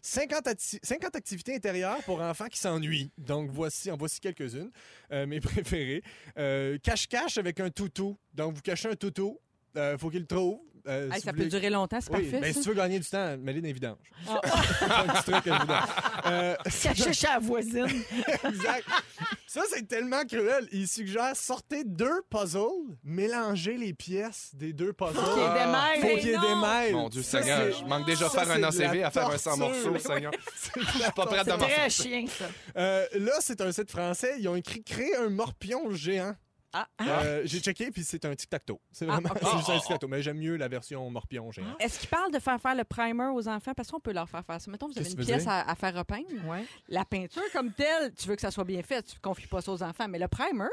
50, acti- 50 activités intérieures pour enfants qui s'ennuient. Donc, voici, en voici quelques-unes, euh, mes préférées. Euh, Cache-cache avec un toutou. Donc, vous cachez un toutou, euh, faut qu'il le trouve. Euh, si
Hey, ça
vous
peut
voulez-
durer longtemps, c'est
oui,
parfait.
mais
ça.
si tu veux gagner du temps, mets-les dans les vidanges.
Ah.
C'est un petit truc à vidange. Euh,
Caché chez la voisine.
exact. Ça, c'est tellement cruel. Il suggère sortez deux puzzles, mélangez les pièces des deux puzzles. Ah.
Qui est démêle.
Faut qu'il y ait
non.
des mêles.
Mon Dieu,
Ça,
Seigneur,
c'est-
je manque déjà
ça,
faire
c'est
un
de
ACV
la
à faire un 100
torture.
morceaux, Seigneur. Je suis pas prêt à
C'est
m'en
très chien, ça.
Euh, là, c'est un site français. Ils ont écrit créer un morpion géant.
Ah.
Euh, J'ai checké, puis c'est un tic-tac-toe. C'est vraiment
ok.
c'est
Ah,
juste un tic-tac-toe. Mais j'aime mieux la version morpion géant.
Est-ce qu'il parle de faire faire le primer aux enfants? Parce qu'on peut leur faire faire ça. Mettons, vous avez
Qu'est-ce
une
que tu veux
pièce
dire?
à, à faire repeindre. La peinture comme telle, tu veux que ça soit bien fait, tu ne confies pas ça aux enfants. Mais le primer,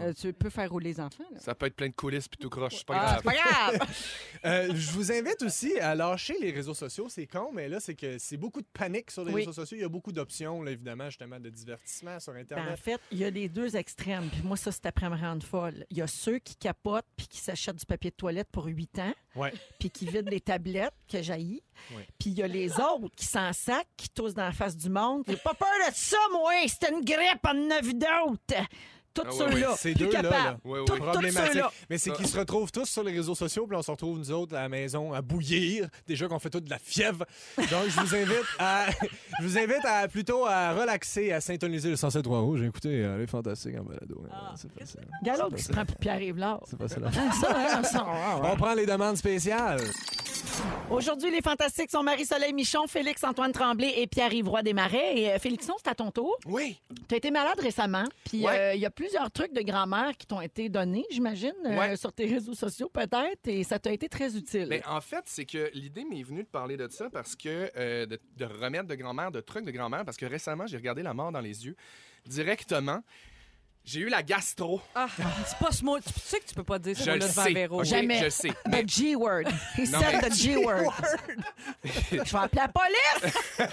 euh, tu peux faire rouler les enfants. là.
Ça peut être plein de coulisses puis tout croche, c'est pas
Ah,
grave.
c'est pas grave.
Euh, je vous invite aussi à lâcher les réseaux sociaux. C'est con, mais là, c'est que c'est beaucoup de panique sur les
Oui.
réseaux sociaux. Il y a beaucoup d'options, là, évidemment, justement, de divertissement sur
Ben, en
Internet.
fait, il y a les deux extrêmes. Puis moi, ça, c'est après me rendre folle. Il y a ceux qui capotent puis qui s'achètent du papier de toilette pour 8 ans,
Ouais.
puis qui vident les tablettes que jaillit.
Ouais.
Puis il y a les autres qui s'en sacent, qui toussent dans la face du monde. J'ai pas peur de ça, moi! C'était une grippe en neuf d'autres! Tous
Ah ouais,
ceux-là,
Ces
plus
deux-là, là,
capables.
Oui,
Tout-
oui.
tout- ceux-là.
Mais c'est qu'ils se retrouvent tous sur les réseaux sociaux, puis on se retrouve, nous autres, à la maison, à bouillir. Déjà qu'on fait tout de la fièvre. Donc, je vous invite à, je vous invite à plutôt à relaxer, à s'intoniser le 107 3 rouge. Écoutez, euh, elle est fantastique en balado.
Ah,
hein. C'est facile.
Regarde l'autre qui se prend pour Pierre-Yves Lard.
C'est facile à faire.
Ah, ça, hein, ça.
On prend les demandes spéciales.
Aujourd'hui, les fantastiques sont Marie-Soleil Michon, Félix-Antoine Tremblay et Pierre-Yves Roy Desmarais. Et euh, Félixon, c'est à ton tour.
Oui.
Tu as été malade récemment, puis euh, il
Ouais.
y a plusieurs trucs de grand-mère qui t'ont été donnés, j'imagine, euh,
Ouais.
sur tes réseaux sociaux peut-être, et ça t'a été très utile.
Mais en fait, c'est que l'idée m'est venue de parler de ça parce que euh, de, de remèdes de grand-mère, de trucs de grand-mère, parce que récemment, j'ai regardé la mort dans les yeux directement. J'ai eu la gastro.
Ah, c'est pas ce mot. Tu sais que tu peux pas dire ce
Je le
mot-là devant
sais.
Véro.
ok?
Jamais.
Je le sais. Mais
The G-word. He
Non,
said
mais-
the G-word. Je vais appeler la police!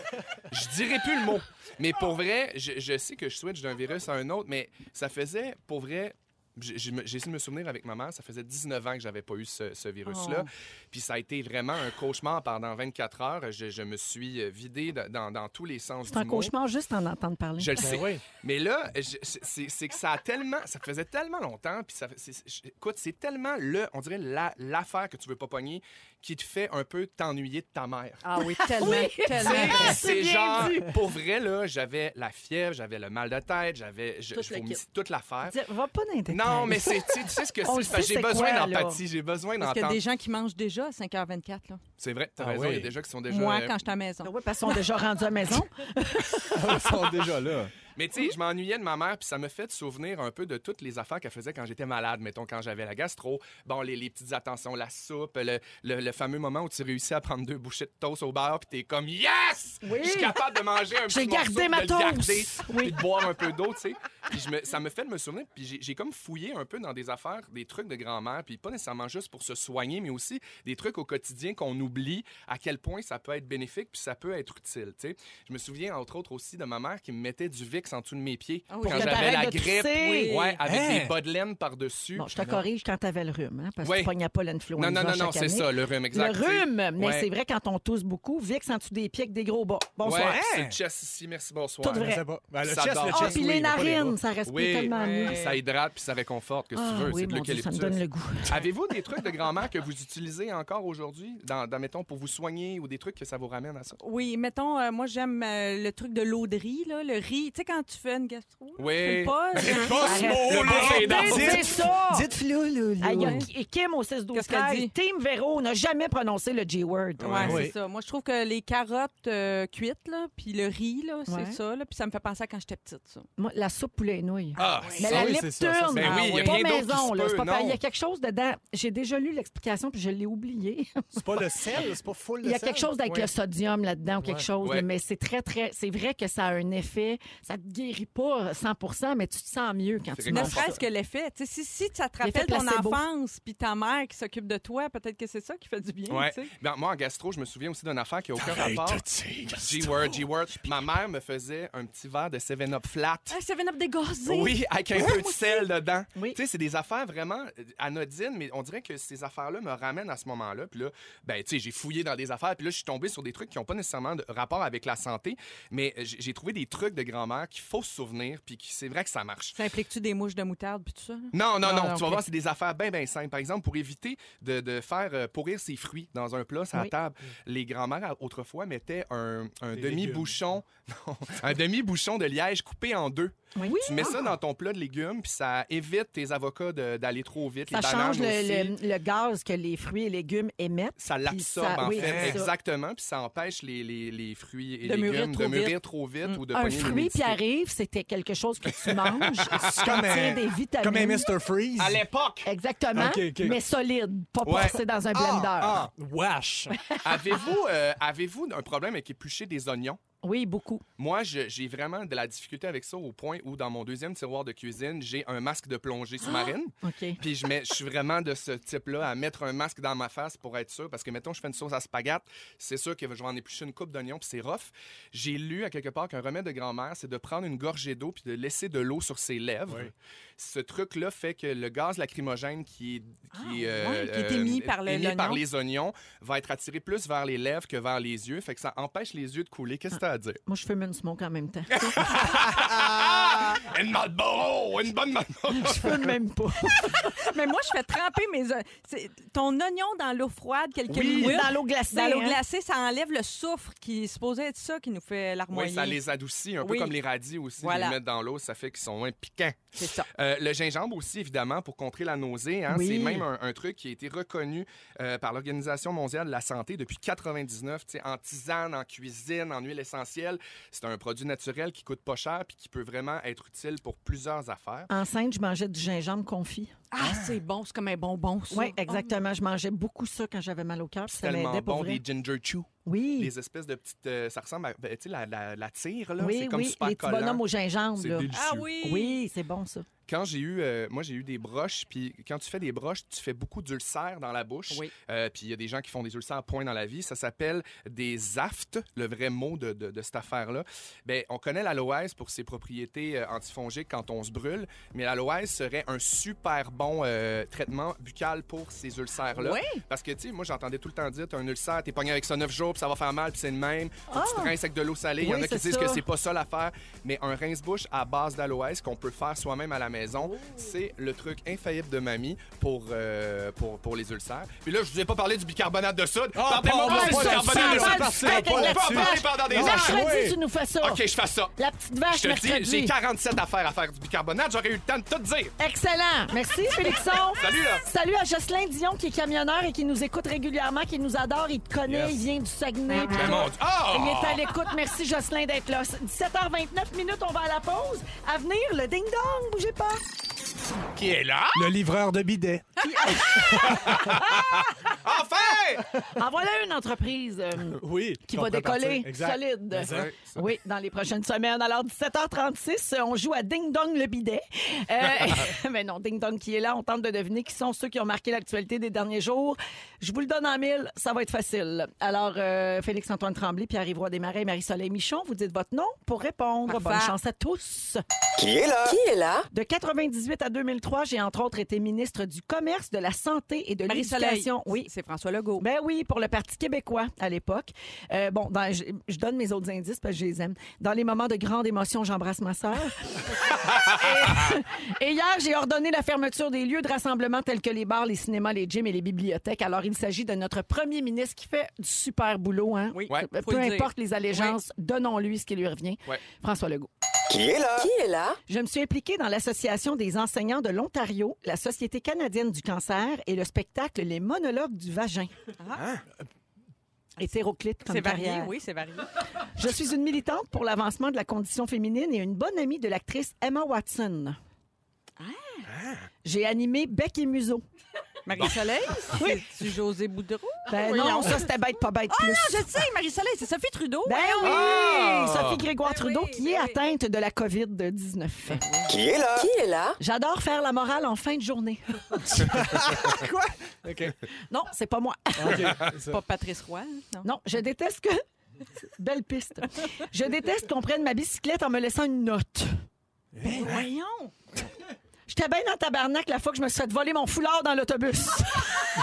je dirais plus le mot. Mais pour vrai, je, je sais que je switch d'un virus à un autre, mais ça faisait, pour vrai, j'ai j'ai- j'ai essayé de me souvenir avec ma mère, ça faisait 19 ans que j'avais pas eu ce, ce
Oh.
virus-là. Puis ça a été vraiment un cauchemar pendant 24 heures. Je, je me suis euh, vidé dans, dans- dans tous les sens
C'est un
du mot.
cauchemar Ben juste en entendre parler.
Je le sais.
oui.
Mais là, je- c'est c'est que ça a tellement, ça faisait tellement longtemps, puis ça, c'est- je- écoute, c'est tellement le, on dirait la- l'affaire que tu veux pas pogner, qui te fait un peu t'ennuyer de ta mère.
Ah oui, tellement, tellement.
C'est-
c'est
Ah, C'est
bien
genre,
dit.
pour vrai, là, j'avais la fièvre, j'avais le mal de tête, j'avais, je,
Tout
je
le
vomis
kit.
toute l'affaire.
Dis- Va pas dans les détails.
Non, mais c'est, tu sais- tu sais ce que
On le
c'est, parce
sait,
que j'ai
c'est
besoin
quoi, là?
d'empathie, j'ai besoin
Parce qu'il y a
d'entendre.
des gens qui mangent déjà à 5h24. Là.
C'est vrai, t'as
Ah
raison, il y
oui.
a des gens qui sont déjà...
Moi,
euh,
quand je suis à la maison.
Oui, parce qu'ils sont déjà rendus à la maison.
Ils Ah, sont déjà là.
Mais tu sais,
Mhm.
je m'ennuyais de ma mère, puis ça me fait souvenir un peu de toutes les affaires qu'elle faisait quand j'étais malade, mettons, quand j'avais la gastro. Bon, les, les petites attentions, la soupe, le, le- le fameux moment où tu réussis à prendre deux bouchées de toast au beurre, puis t'es comme « Yes!
Oui.
Je suis capable de manger un petit
J'ai gardé
morceau, puis
ma
de le garder,
toast.
puis de boire un peu d'eau, tu sais. Puis je me- ça me fait de me souvenir, puis j'ai- j'ai comme fouillé un peu dans des affaires, des trucs de grand-mère, puis pas nécessairement juste pour se soigner, mais aussi des trucs au quotidien qu'on oublie, à quel point ça peut être bénéfique, puis ça peut être utile, tu sais. Je me souviens, entre autres, aussi de ma mère qui me mettait du Vicks en dessous de mes pieds
Ah oui.
quand
Pour que
j'avais
t'arrêtes
la
de
grippe.
tousser.
Oui, ouais, avec
Hein?
des bas de laine par-dessus.
Bon, je te corrige quand t'avais le rhume, hein, parce que
Oui.
tu pognais pas
non,
l'influenza
non, non, non,
chaque
c'est
année.
ça, le rhume, exact.
Le rhume, mais
Ouais.
c'est vrai quand on tousse beaucoup, Vix en dessous des pieds avec des gros bas. Bonsoir.
Ouais, c'est le chest ici, merci, bonsoir.
Tout vrai.
Je sais pas. Ben, le
Ça
chest, le
dort.
Eh. Ah,
chest,
puis
oui,
les
mais pas les bras.
narines, ça respire
Oui,
tellement
oui.
mieux.
ça hydrate puis ça réconforte, que
Ah
tu veux,
oui,
c'est de
mon Dieu, ça me
l'eucalyptus.
donne le goût.
Avez-vous des trucs de grand-mère que vous utilisez encore aujourd'hui, dans, dans, mettons, pour vous soigner ou des trucs que ça vous ramène à ça?
Oui, mettons, euh, moi, j'aime euh, le truc de l'eau de riz, là, le riz. Tu sais, quand quand tu fais une gastro?
Oui.
Tu le pas?
Pas ce mot-là!
Ah, ben, C'est ça!
Dites flou, lou, lou.
Ah, il y a Ki- Kim au 6 12
Qu'est-ce qu'elle dit?
Team Véro n'a jamais prononcé le G-word.
Ouais,
Oui.
c'est ça. Moi, je trouve que les carottes euh, cuites, là, puis le riz, là,
Ouais.
c'est ça. Là, puis ça me fait penser à quand j'étais petite, ça.
Moi, la soupe poulet et nouilles.
Ah,
Mais
ça,
la
oui,
lip
c'est ça, ça,
turn,
c'est- Ben oui, y a
pas
rien d'autre qui
maison,
se
là, c'est pas
peut,
pareil.
non.
Il y a quelque chose dedans. J'ai déjà lu l'explication puis je l'ai oublié.
C'est pas le sel, c'est pas full
Il y a quelque chose avec
Ouais.
le sodium là-dedans ou quelque
Ouais.
chose,
Ouais.
mais c'est très très c'est vrai que ça a un effet, ça te guérit pas 100 mais tu te sens mieux quand tu
C'est quelque Comment
Ne
manges.
chose.
serait-ce que l'effet. Tu sais, Si, si ça te rappelle
L'effet
ton
placebo.
enfance, puis ta mère qui s'occupe de toi, peut-être que c'est ça qui fait du bien.
Ouais.
tu sais.
Ben, moi, en gastro, je me souviens aussi d'une affaire qui n'a aucun
Hey,
rapport.
tout petit,
G-word, G-word. Ma mère me faisait un petit verre de 7-Up flat.
Ah, ça vient de dégorger.
Oui, avec un peu de sel dedans.
Oui.
Tu sais, c'est des affaires vraiment euh, anodines, mais on dirait que ces affaires-là me ramènent à ce moment-là. Puis là, ben, tu sais, j'ai fouillé dans des affaires, puis là, je suis tombé sur des trucs qui n'ont pas nécessairement de rapport avec la santé, mais j- j'ai trouvé des trucs de grand-mère qu'il faut se souvenir, puis qui- c'est vrai que ça marche.
Ça implique-tu des mouches de moutarde, puis tout ça? là?
Non, non, non.
Ah, non,
tu vas
ok.
voir, c'est des affaires bien, bien simples. Par exemple, pour éviter de, de faire euh, pourrir ses fruits dans un plat, sur la
Oui.
table, les grands-mères, autrefois, mettaient un, un
Des
demi-bouchon non, un demi-bouchon de liège coupé en deux.
Oui.
Tu mets
Ah!
ça dans ton plat de légumes, puis ça évite tes avocats de- d'aller trop vite,
Ça
les bananes
change le,
aussi.
le- le gaz que les fruits et légumes émettent.
Ça
puis
l'absorbe,
ça-
en
oui,
fait.
c'est ça.
Exactement. Puis ça empêche les, les- les fruits et
De mûrir
légumes
trop
de mûrir
vite.
trop vite ou de
Mm. Un
pogner
fruit
l'humidité.
qui arrive, c'était quelque chose que tu manges,
C'est
qui
comme
contient
un-
des vitamines.
Comme un Mr. Freeze.
À l'époque,
Exactement,
Ok, ok.
mais solide, pas
Ouais.
passé dans un blender.
ah.
Wesh!
avez-vous euh, avez-vous un problème avec éplucher des oignons?
Oui, beaucoup.
Moi, je- j'ai vraiment de la difficulté avec ça au point où, dans mon deuxième tiroir de cuisine, j'ai un masque de plongée sous-marine.
OK.
Puis je, mets, je suis vraiment de ce type-là à mettre un masque dans ma face pour être sûr. Parce que, mettons, je fais une sauce à spaghette, c'est sûr que je vais en éplucher une coupe d'oignon, puis c'est rough. J'ai lu à quelque part qu'un remède de grand-mère, c'est de prendre une gorgée d'eau puis de laisser de l'eau sur ses lèvres.
Oui.
Ce truc-là fait que le gaz lacrymogène qui est, qui est,
Ah,
euh,
ouais, qui est émis par le-
émis par
l'oignon.
les oignons va être attiré plus vers les lèvres que vers les yeux. Fait que ça empêche les yeux de couler. Qu'est-ce que
Ah.
t'as à dire?
Moi, je fume une smoke en même temps.
Une Marlboro! Une bonne Marlboro!
je fume même pas.
Mais moi, je fais tremper mes. oignons. C'est- Ton oignon dans l'eau froide, quelques minutes.
Dans l'eau glacée.
Dans l'eau
hein.
glacée, ça enlève le soufre qui est supposé être ça qui nous fait
Oui,
larmoyer.
ça les adoucit, un peu
Oui.
comme les radis aussi.
Voilà.
Ils les mettent dans l'eau, ça fait qu'ils sont moins piquants.
C'est ça.
Euh, le gingembre aussi, évidemment, pour contrer la nausée. hein.
Oui.
C'est même un, un truc qui a été reconnu euh, par l'Organisation mondiale de la santé depuis 99. tu sais, En tisane, en cuisine, en huile essentielle. C'est un produit naturel qui coûte pas cher puis qui peut vraiment être utile pour plusieurs affaires.
Enceinte, je mangeais du gingembre confit.
Ah, c'est bon, c'est comme un bonbon, ça.
Oui, exactement. Je mangeais beaucoup ça quand j'avais mal au cœur. puis Ça
Tellement
m'aidait pour
bon,
vrai.
des ginger chew.
Oui,
Les espèces de petites... euh, ça ressemble à ben, tu sais, la, la, la tire, là.
oui,
c'est comme
oui.
super
Les petits
collant.
bonhommes au gingembre.
C'est
là.
délicieux.
Ah oui.
Oui, c'est bon ça.
Quand j'ai eu, euh, moi j'ai eu des broches, puis quand tu fais des broches, tu fais beaucoup d'ulcères dans la bouche.
Oui.
Euh, puis il y a des gens qui font des ulcères à point dans la vie. Ça s'appelle des aftes, le vrai mot de, de- de cette affaire-là. Ben, on connaît l'aloès pour ses propriétés euh, antifongiques quand on se brûle, mais l'aloès serait un super bon euh, traitement buccal pour ces ulcères-là. Parce que, tu sais, moi j'entendais tout le temps dire, t'as un ulcère, t'es pogné avec ça 9 jours, puis ça va faire mal, puis c'est le même. Faut que Tu te rinces avec de l'eau salée. Il y
Ah! Oui,
en a qui
c'est
disent
ça.
que c'est pas ça l'affaire, mais un rince-bouche à base d'aloès qu'on peut faire soi-même à la maison,
Oh!
c'est le truc infaillible de mamie pour, euh, pour, pour les ulcères. Puis là, je vous ai pas parlé du bicarbonate de soude.
Ah,
Parlez-moi
bon,
pas
on
du
va pas
bicarbonate de
là-dessus,
soude.
on va pas
On peut en
là-dessus.
parler pendant des heures.
Mercredi,
oui.
tu nous fais ça.
OK, je fais ça.
La petite vache,
Je te le dis, j'ai
mercredi.
47 affaires à faire du bicarbonate. J'aurais eu le temps de tout dire.
Excellent. Merci, Félixon.
Salut, là.
Salut à Jocelyn Dion, qui est camionneur et qui nous écoute régulièrement, qui nous adore. Il te
Yes.
connaît, il vient du Saguenay. puis
Mais
tout.
mon Dieu. Ah!
Il est à l'écoute. Merci, Jocelyn, d'être là. 17h29 minutes, on va à la pause. À venir, le ding-dong, bougez pas.
Qui est là?
Le livreur de bidets.
Enfin!
En voilà une entreprise euh,
Oui.
qui va décoller solide.
Mais ça-
Oui, dans les prochaines semaines. Alors, 17h36, on joue à Ding Dong le bidet. Euh, mais non, Ding Dong qui est là, on tente de deviner qui sont ceux qui ont marqué l'actualité des derniers jours. Je vous le donne en mille, ça va être facile. Alors, euh, Félix-Antoine Tremblay, Pierre-Yves Roy Desmarais et Marie-Soleil Michon, vous dites votre nom pour répondre.
Parfait.
Bonne chance à tous.
Qui est là?
De 98 à 2003, j'ai entre autres été ministre du Commerce, de la Santé et de
Marie-Soleil.
l'Éducation. Oui.
C'est François Legault.
Ben oui, pour le Parti québécois à l'époque. Euh, bon, dans- je, je donne mes autres indices parce que je les aime. Dans les moments de grande émotion, j'embrasse ma sœur. et, et hier, j'ai ordonné la fermeture des lieux de rassemblement tels que les bars, les cinémas, les gyms et les bibliothèques. Alors, il s'agit de notre premier ministre qui fait du super boulot. Hein?
Oui,
Ouais.
Peu
faut le dire.
importe les allégeances, donnons-lui ce qui lui revient.
Ouais.
François Legault. Je me suis impliquée dans l'Association des enseignants de l'Ontario, la Société canadienne du cancer et le spectacle Les monologues du vagin. Ah. Hétéroclite comme
C'est varié,
carrière.
oui, c'est varié.
Je suis une militante pour l'avancement de la condition féminine et une bonne amie de l'actrice Emma Watson.
Ah.
J'ai animé Bec et Museau.
Marie-Soleil, c'est José Boudreau.
Ben non, ça c'était bête, pas bête.
Ah
plus.
non, je sais, Marie-Soleil, c'est Sophie Trudeau.
Ben oui!
Ah!
Sophie Grégoire
Ben
Trudeau
oui,
qui
ben
est
oui.
atteinte de la COVID-19.
Ben Qui est là?
J'adore faire la morale en fin de journée.
Quoi? OK.
Non, c'est pas moi.
OK.
Pas Patrice Roy, hein, non?
Non, je déteste que... Belle piste. Je déteste qu'on prenne ma bicyclette en me laissant une note.
Ben voyons!
J'étais bien en tabarnak la fois que je me suis fait voler mon foulard dans l'autobus.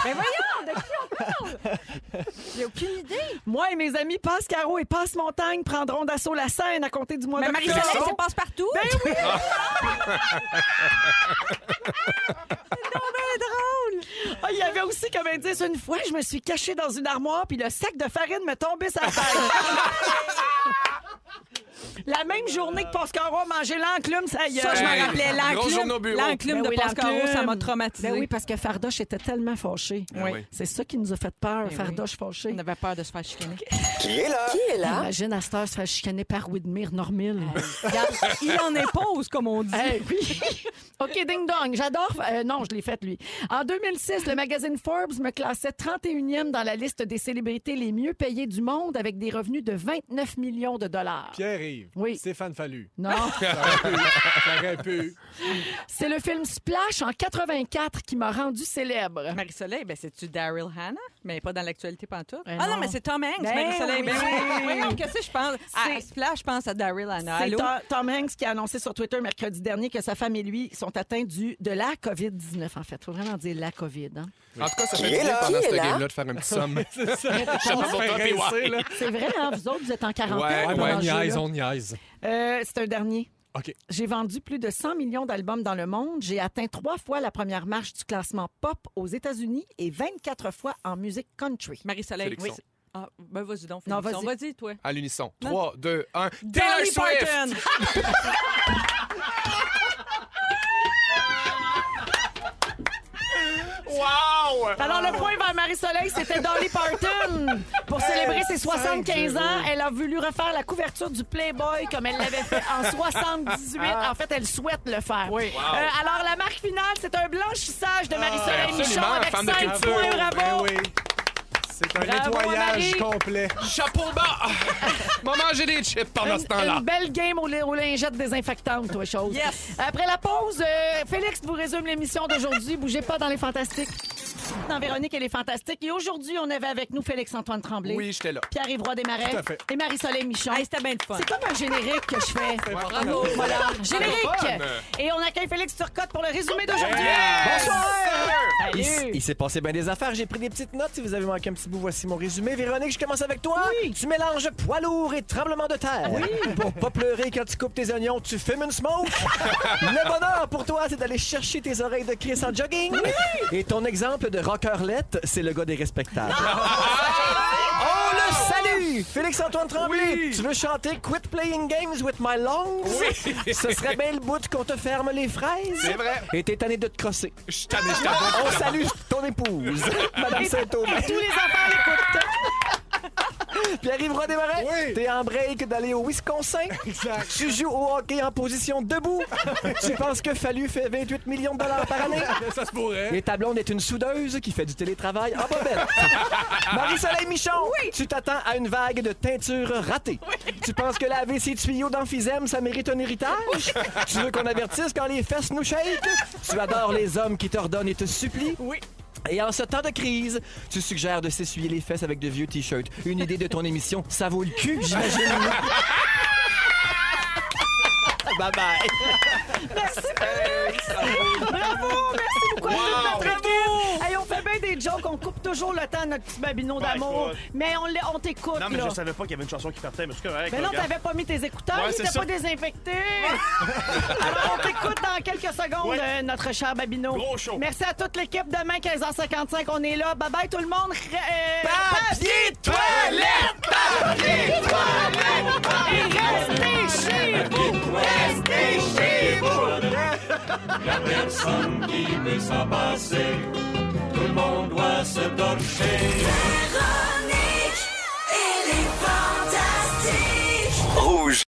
Ben voyons! De qui on parle? J'ai aucune idée.
Moi et mes amis Passe Caro et Passe Montagne prendront d'assaut la scène à compter du mois
Mais
d'octobre.
Marie-Soleil, Ben, ça passe partout. Ben oui!
Ah, il y avait aussi comme indice une fois, je me suis cachée dans une armoire puis le sac de farine me tombait sur la tête. la même journée que Pascaro a mangé l'enclume, ça y est.
Ça, je
Hey,
m'en rappelais.
grosse journée au
L'enclume
bureau.
l'enclume
Ben
de
oui,
Pascal,
l'enclume.
ça m'a traumatisé.
Ben oui, parce que Fardoche était tellement fâché.
Ben oui.
C'est ça qui nous a fait peur,
Ben oui.
Fardoche fâché.
On avait peur de se faire chicaner.
Qui est là?
Imagine à cette heure se faire chicaner par Widmere Normil.
Ah Regarde, il en impose, comme on dit.
Eh oui. OK, ding dong. J'adore. euh, non, je l'ai faite, lui. En 2006, le magazine Forbes me classait 31e dans la liste des célébrités les mieux payées du monde avec des revenus de 29 millions de dollars.
Pierre-Yves.
Oui.
Stéphane Fallu.
Non.
Ça aurait pu. Ça aurait pu.
C'est le film Splash en 84 qui m'a rendu célèbre.
Marie-Soleil, ben c'est-tu Daryl Hannah? Mais pas dans l'actualité pantoute.
Ben
ah non,
non.
mais c'est Tom Hanks,
Ben
Marie-Soleil. Ben
oui.
oui. Voyons, qu'est-ce que je pense? À
C'est-
Splash, je pense à Daryl Hannah.
C'est
Allô?
To- Tom Hanks qui a annoncé sur Twitter mercredi dernier que sa femme et lui sont atteints du, de la COVID-19, en fait. faut vraiment dire la COVID. hein.
En tout cas, ça fait du bien pendant ce game-là de faire un petit somme.
C'est ça.
Je pense
Faire
au top et ouais.
rincer, là.
C'est vrai, hein? vous autres, vous êtes en quarantaine.
Ouais,
pendant
ouais,
ce jeu-là.
niaise.
Euh, C'est un dernier.
OK.
J'ai vendu plus de 100 millions d'albums dans le monde. J'ai atteint trois fois la première marche du classement pop aux États-Unis et 24 fois en musique country.
Marie-Soleil, oui.
Félixon.
Ah, ben vas-y donc,
Non,
Félixon.
vas-y.
Vas-y, toi.
À l'unisson.
Non.
3, 2, 1. Taylor
Dolly
Swift!
Parton!
Wow!
Alors, le point vers Marie-Soleil, c'était Dolly Parton. Pour célébrer ses 75 ans, elle a voulu refaire la couverture du Playboy comme elle l'avait fait en 78. En fait, elle souhaite le faire. Euh, alors, la marque finale, c'est un blanchissage de Marie-Soleil Michon
absolument,
avec
femme de
5
culture.
points.
Ah. Ben
Bravo!
oui. C'est un
Bravo, Marie.
nettoyage complet.
Chapeau bas! Maman, j'ai des chips pendant ce
Une,
temps-là.
une belle game aux, li- aux lingettes désinfectantes, toi, chose.
Yes.
Après la pause, euh, Félix vous résume l'émission d'aujourd'hui. Bougez pas dans les fantastiques. Dans Véronique, elle est fantastique. Et aujourd'hui, on avait avec nous Félix-Antoine Tremblay.
Oui, j'étais là.
Pierre-Yves Roy Desmarais
Tout à fait.
et Marie-Soleil Michon.
Hey, c'était bien le fun.
C'est comme un générique que je fais. Oh,
Bravo.
Voilà,
C'est
générique.
le fun.
Et on accueille Félix Turcotte pour le résumé d'aujourd'hui.
Yes.
Il, s-
Salut.
il s'est passé bien des affaires. J'ai pris des petites notes. Si vous avez manqué un petit bout, voici mon résumé. Véronique, je commence avec toi. Tu mélanges poids lourd et tremblement de terre. Pour pas pleurer quand tu coupes tes oignons, tu fumes une smoke. Le bonheur pour toi, c'est d'aller chercher tes oreilles de Chris en jogging. Et ton exemple de rockerlette, c'est le gars des respectables.
Ah!
On le salue! Félix-Antoine Tremblay, tu veux chanter Quit Playing Games with My Lungs? Ce serait bien le bout qu'on te ferme les fraises.
C'est vrai.
Et t'es tanné de te crosser.
Je suis tanné, je t'avoue.
On salue ton épouse, Madame Saint-Aubin.
Ah! Tous les enfants l'écoutent.
Pierre-Yves Roy Desmarais,
Oui.
t'es en break d'aller au Wisconsin.
Exact.
Tu joues au hockey en position debout. tu penses que Fallu fait 28 millions de dollars par année.
Ça se pourrait.
Et ta blonde est une soudeuse qui fait du télétravail en bobette. Marie-Soleil Michon, tu t'attends à une vague de teinture ratée. Tu penses que laver ses tuyaux d'emphysème, ça mérite un héritage? tu veux qu'on avertisse quand les fesses nous shake? tu adores les hommes qui t'ordonnent et te supplient? Oui. Et en ce temps de crise, tu suggères de s'essuyer les fesses avec de vieux t-shirts. Une idée de ton émission, ça vaut le cul, j'imagine. bye bye.
Bravo, merci beaucoup à toute notre équipe. Hey, on fait bien des jokes, on coupe toujours le temps de notre petit babino d'amour,
écoute.
mais on, l'est- on t'écoute.
Non, mais
là.
je savais pas qu'il y avait une chanson qui partait, mais c'est correct.
Mais non,
regarde.
t'avais pas mis tes écouteurs,
Ouais,
ils
c'est
étaient
ça.
pas désinfectés. Alors, on t'écoute dans quelques secondes,
Ouais.
euh, notre cher Babino.
Gros show.
Merci à toute l'équipe. Demain, 15h55, on est là. Bye bye tout le monde. Ré- euh,
Papier
Et restez chez vous.
y a personne qui peut s'en passer.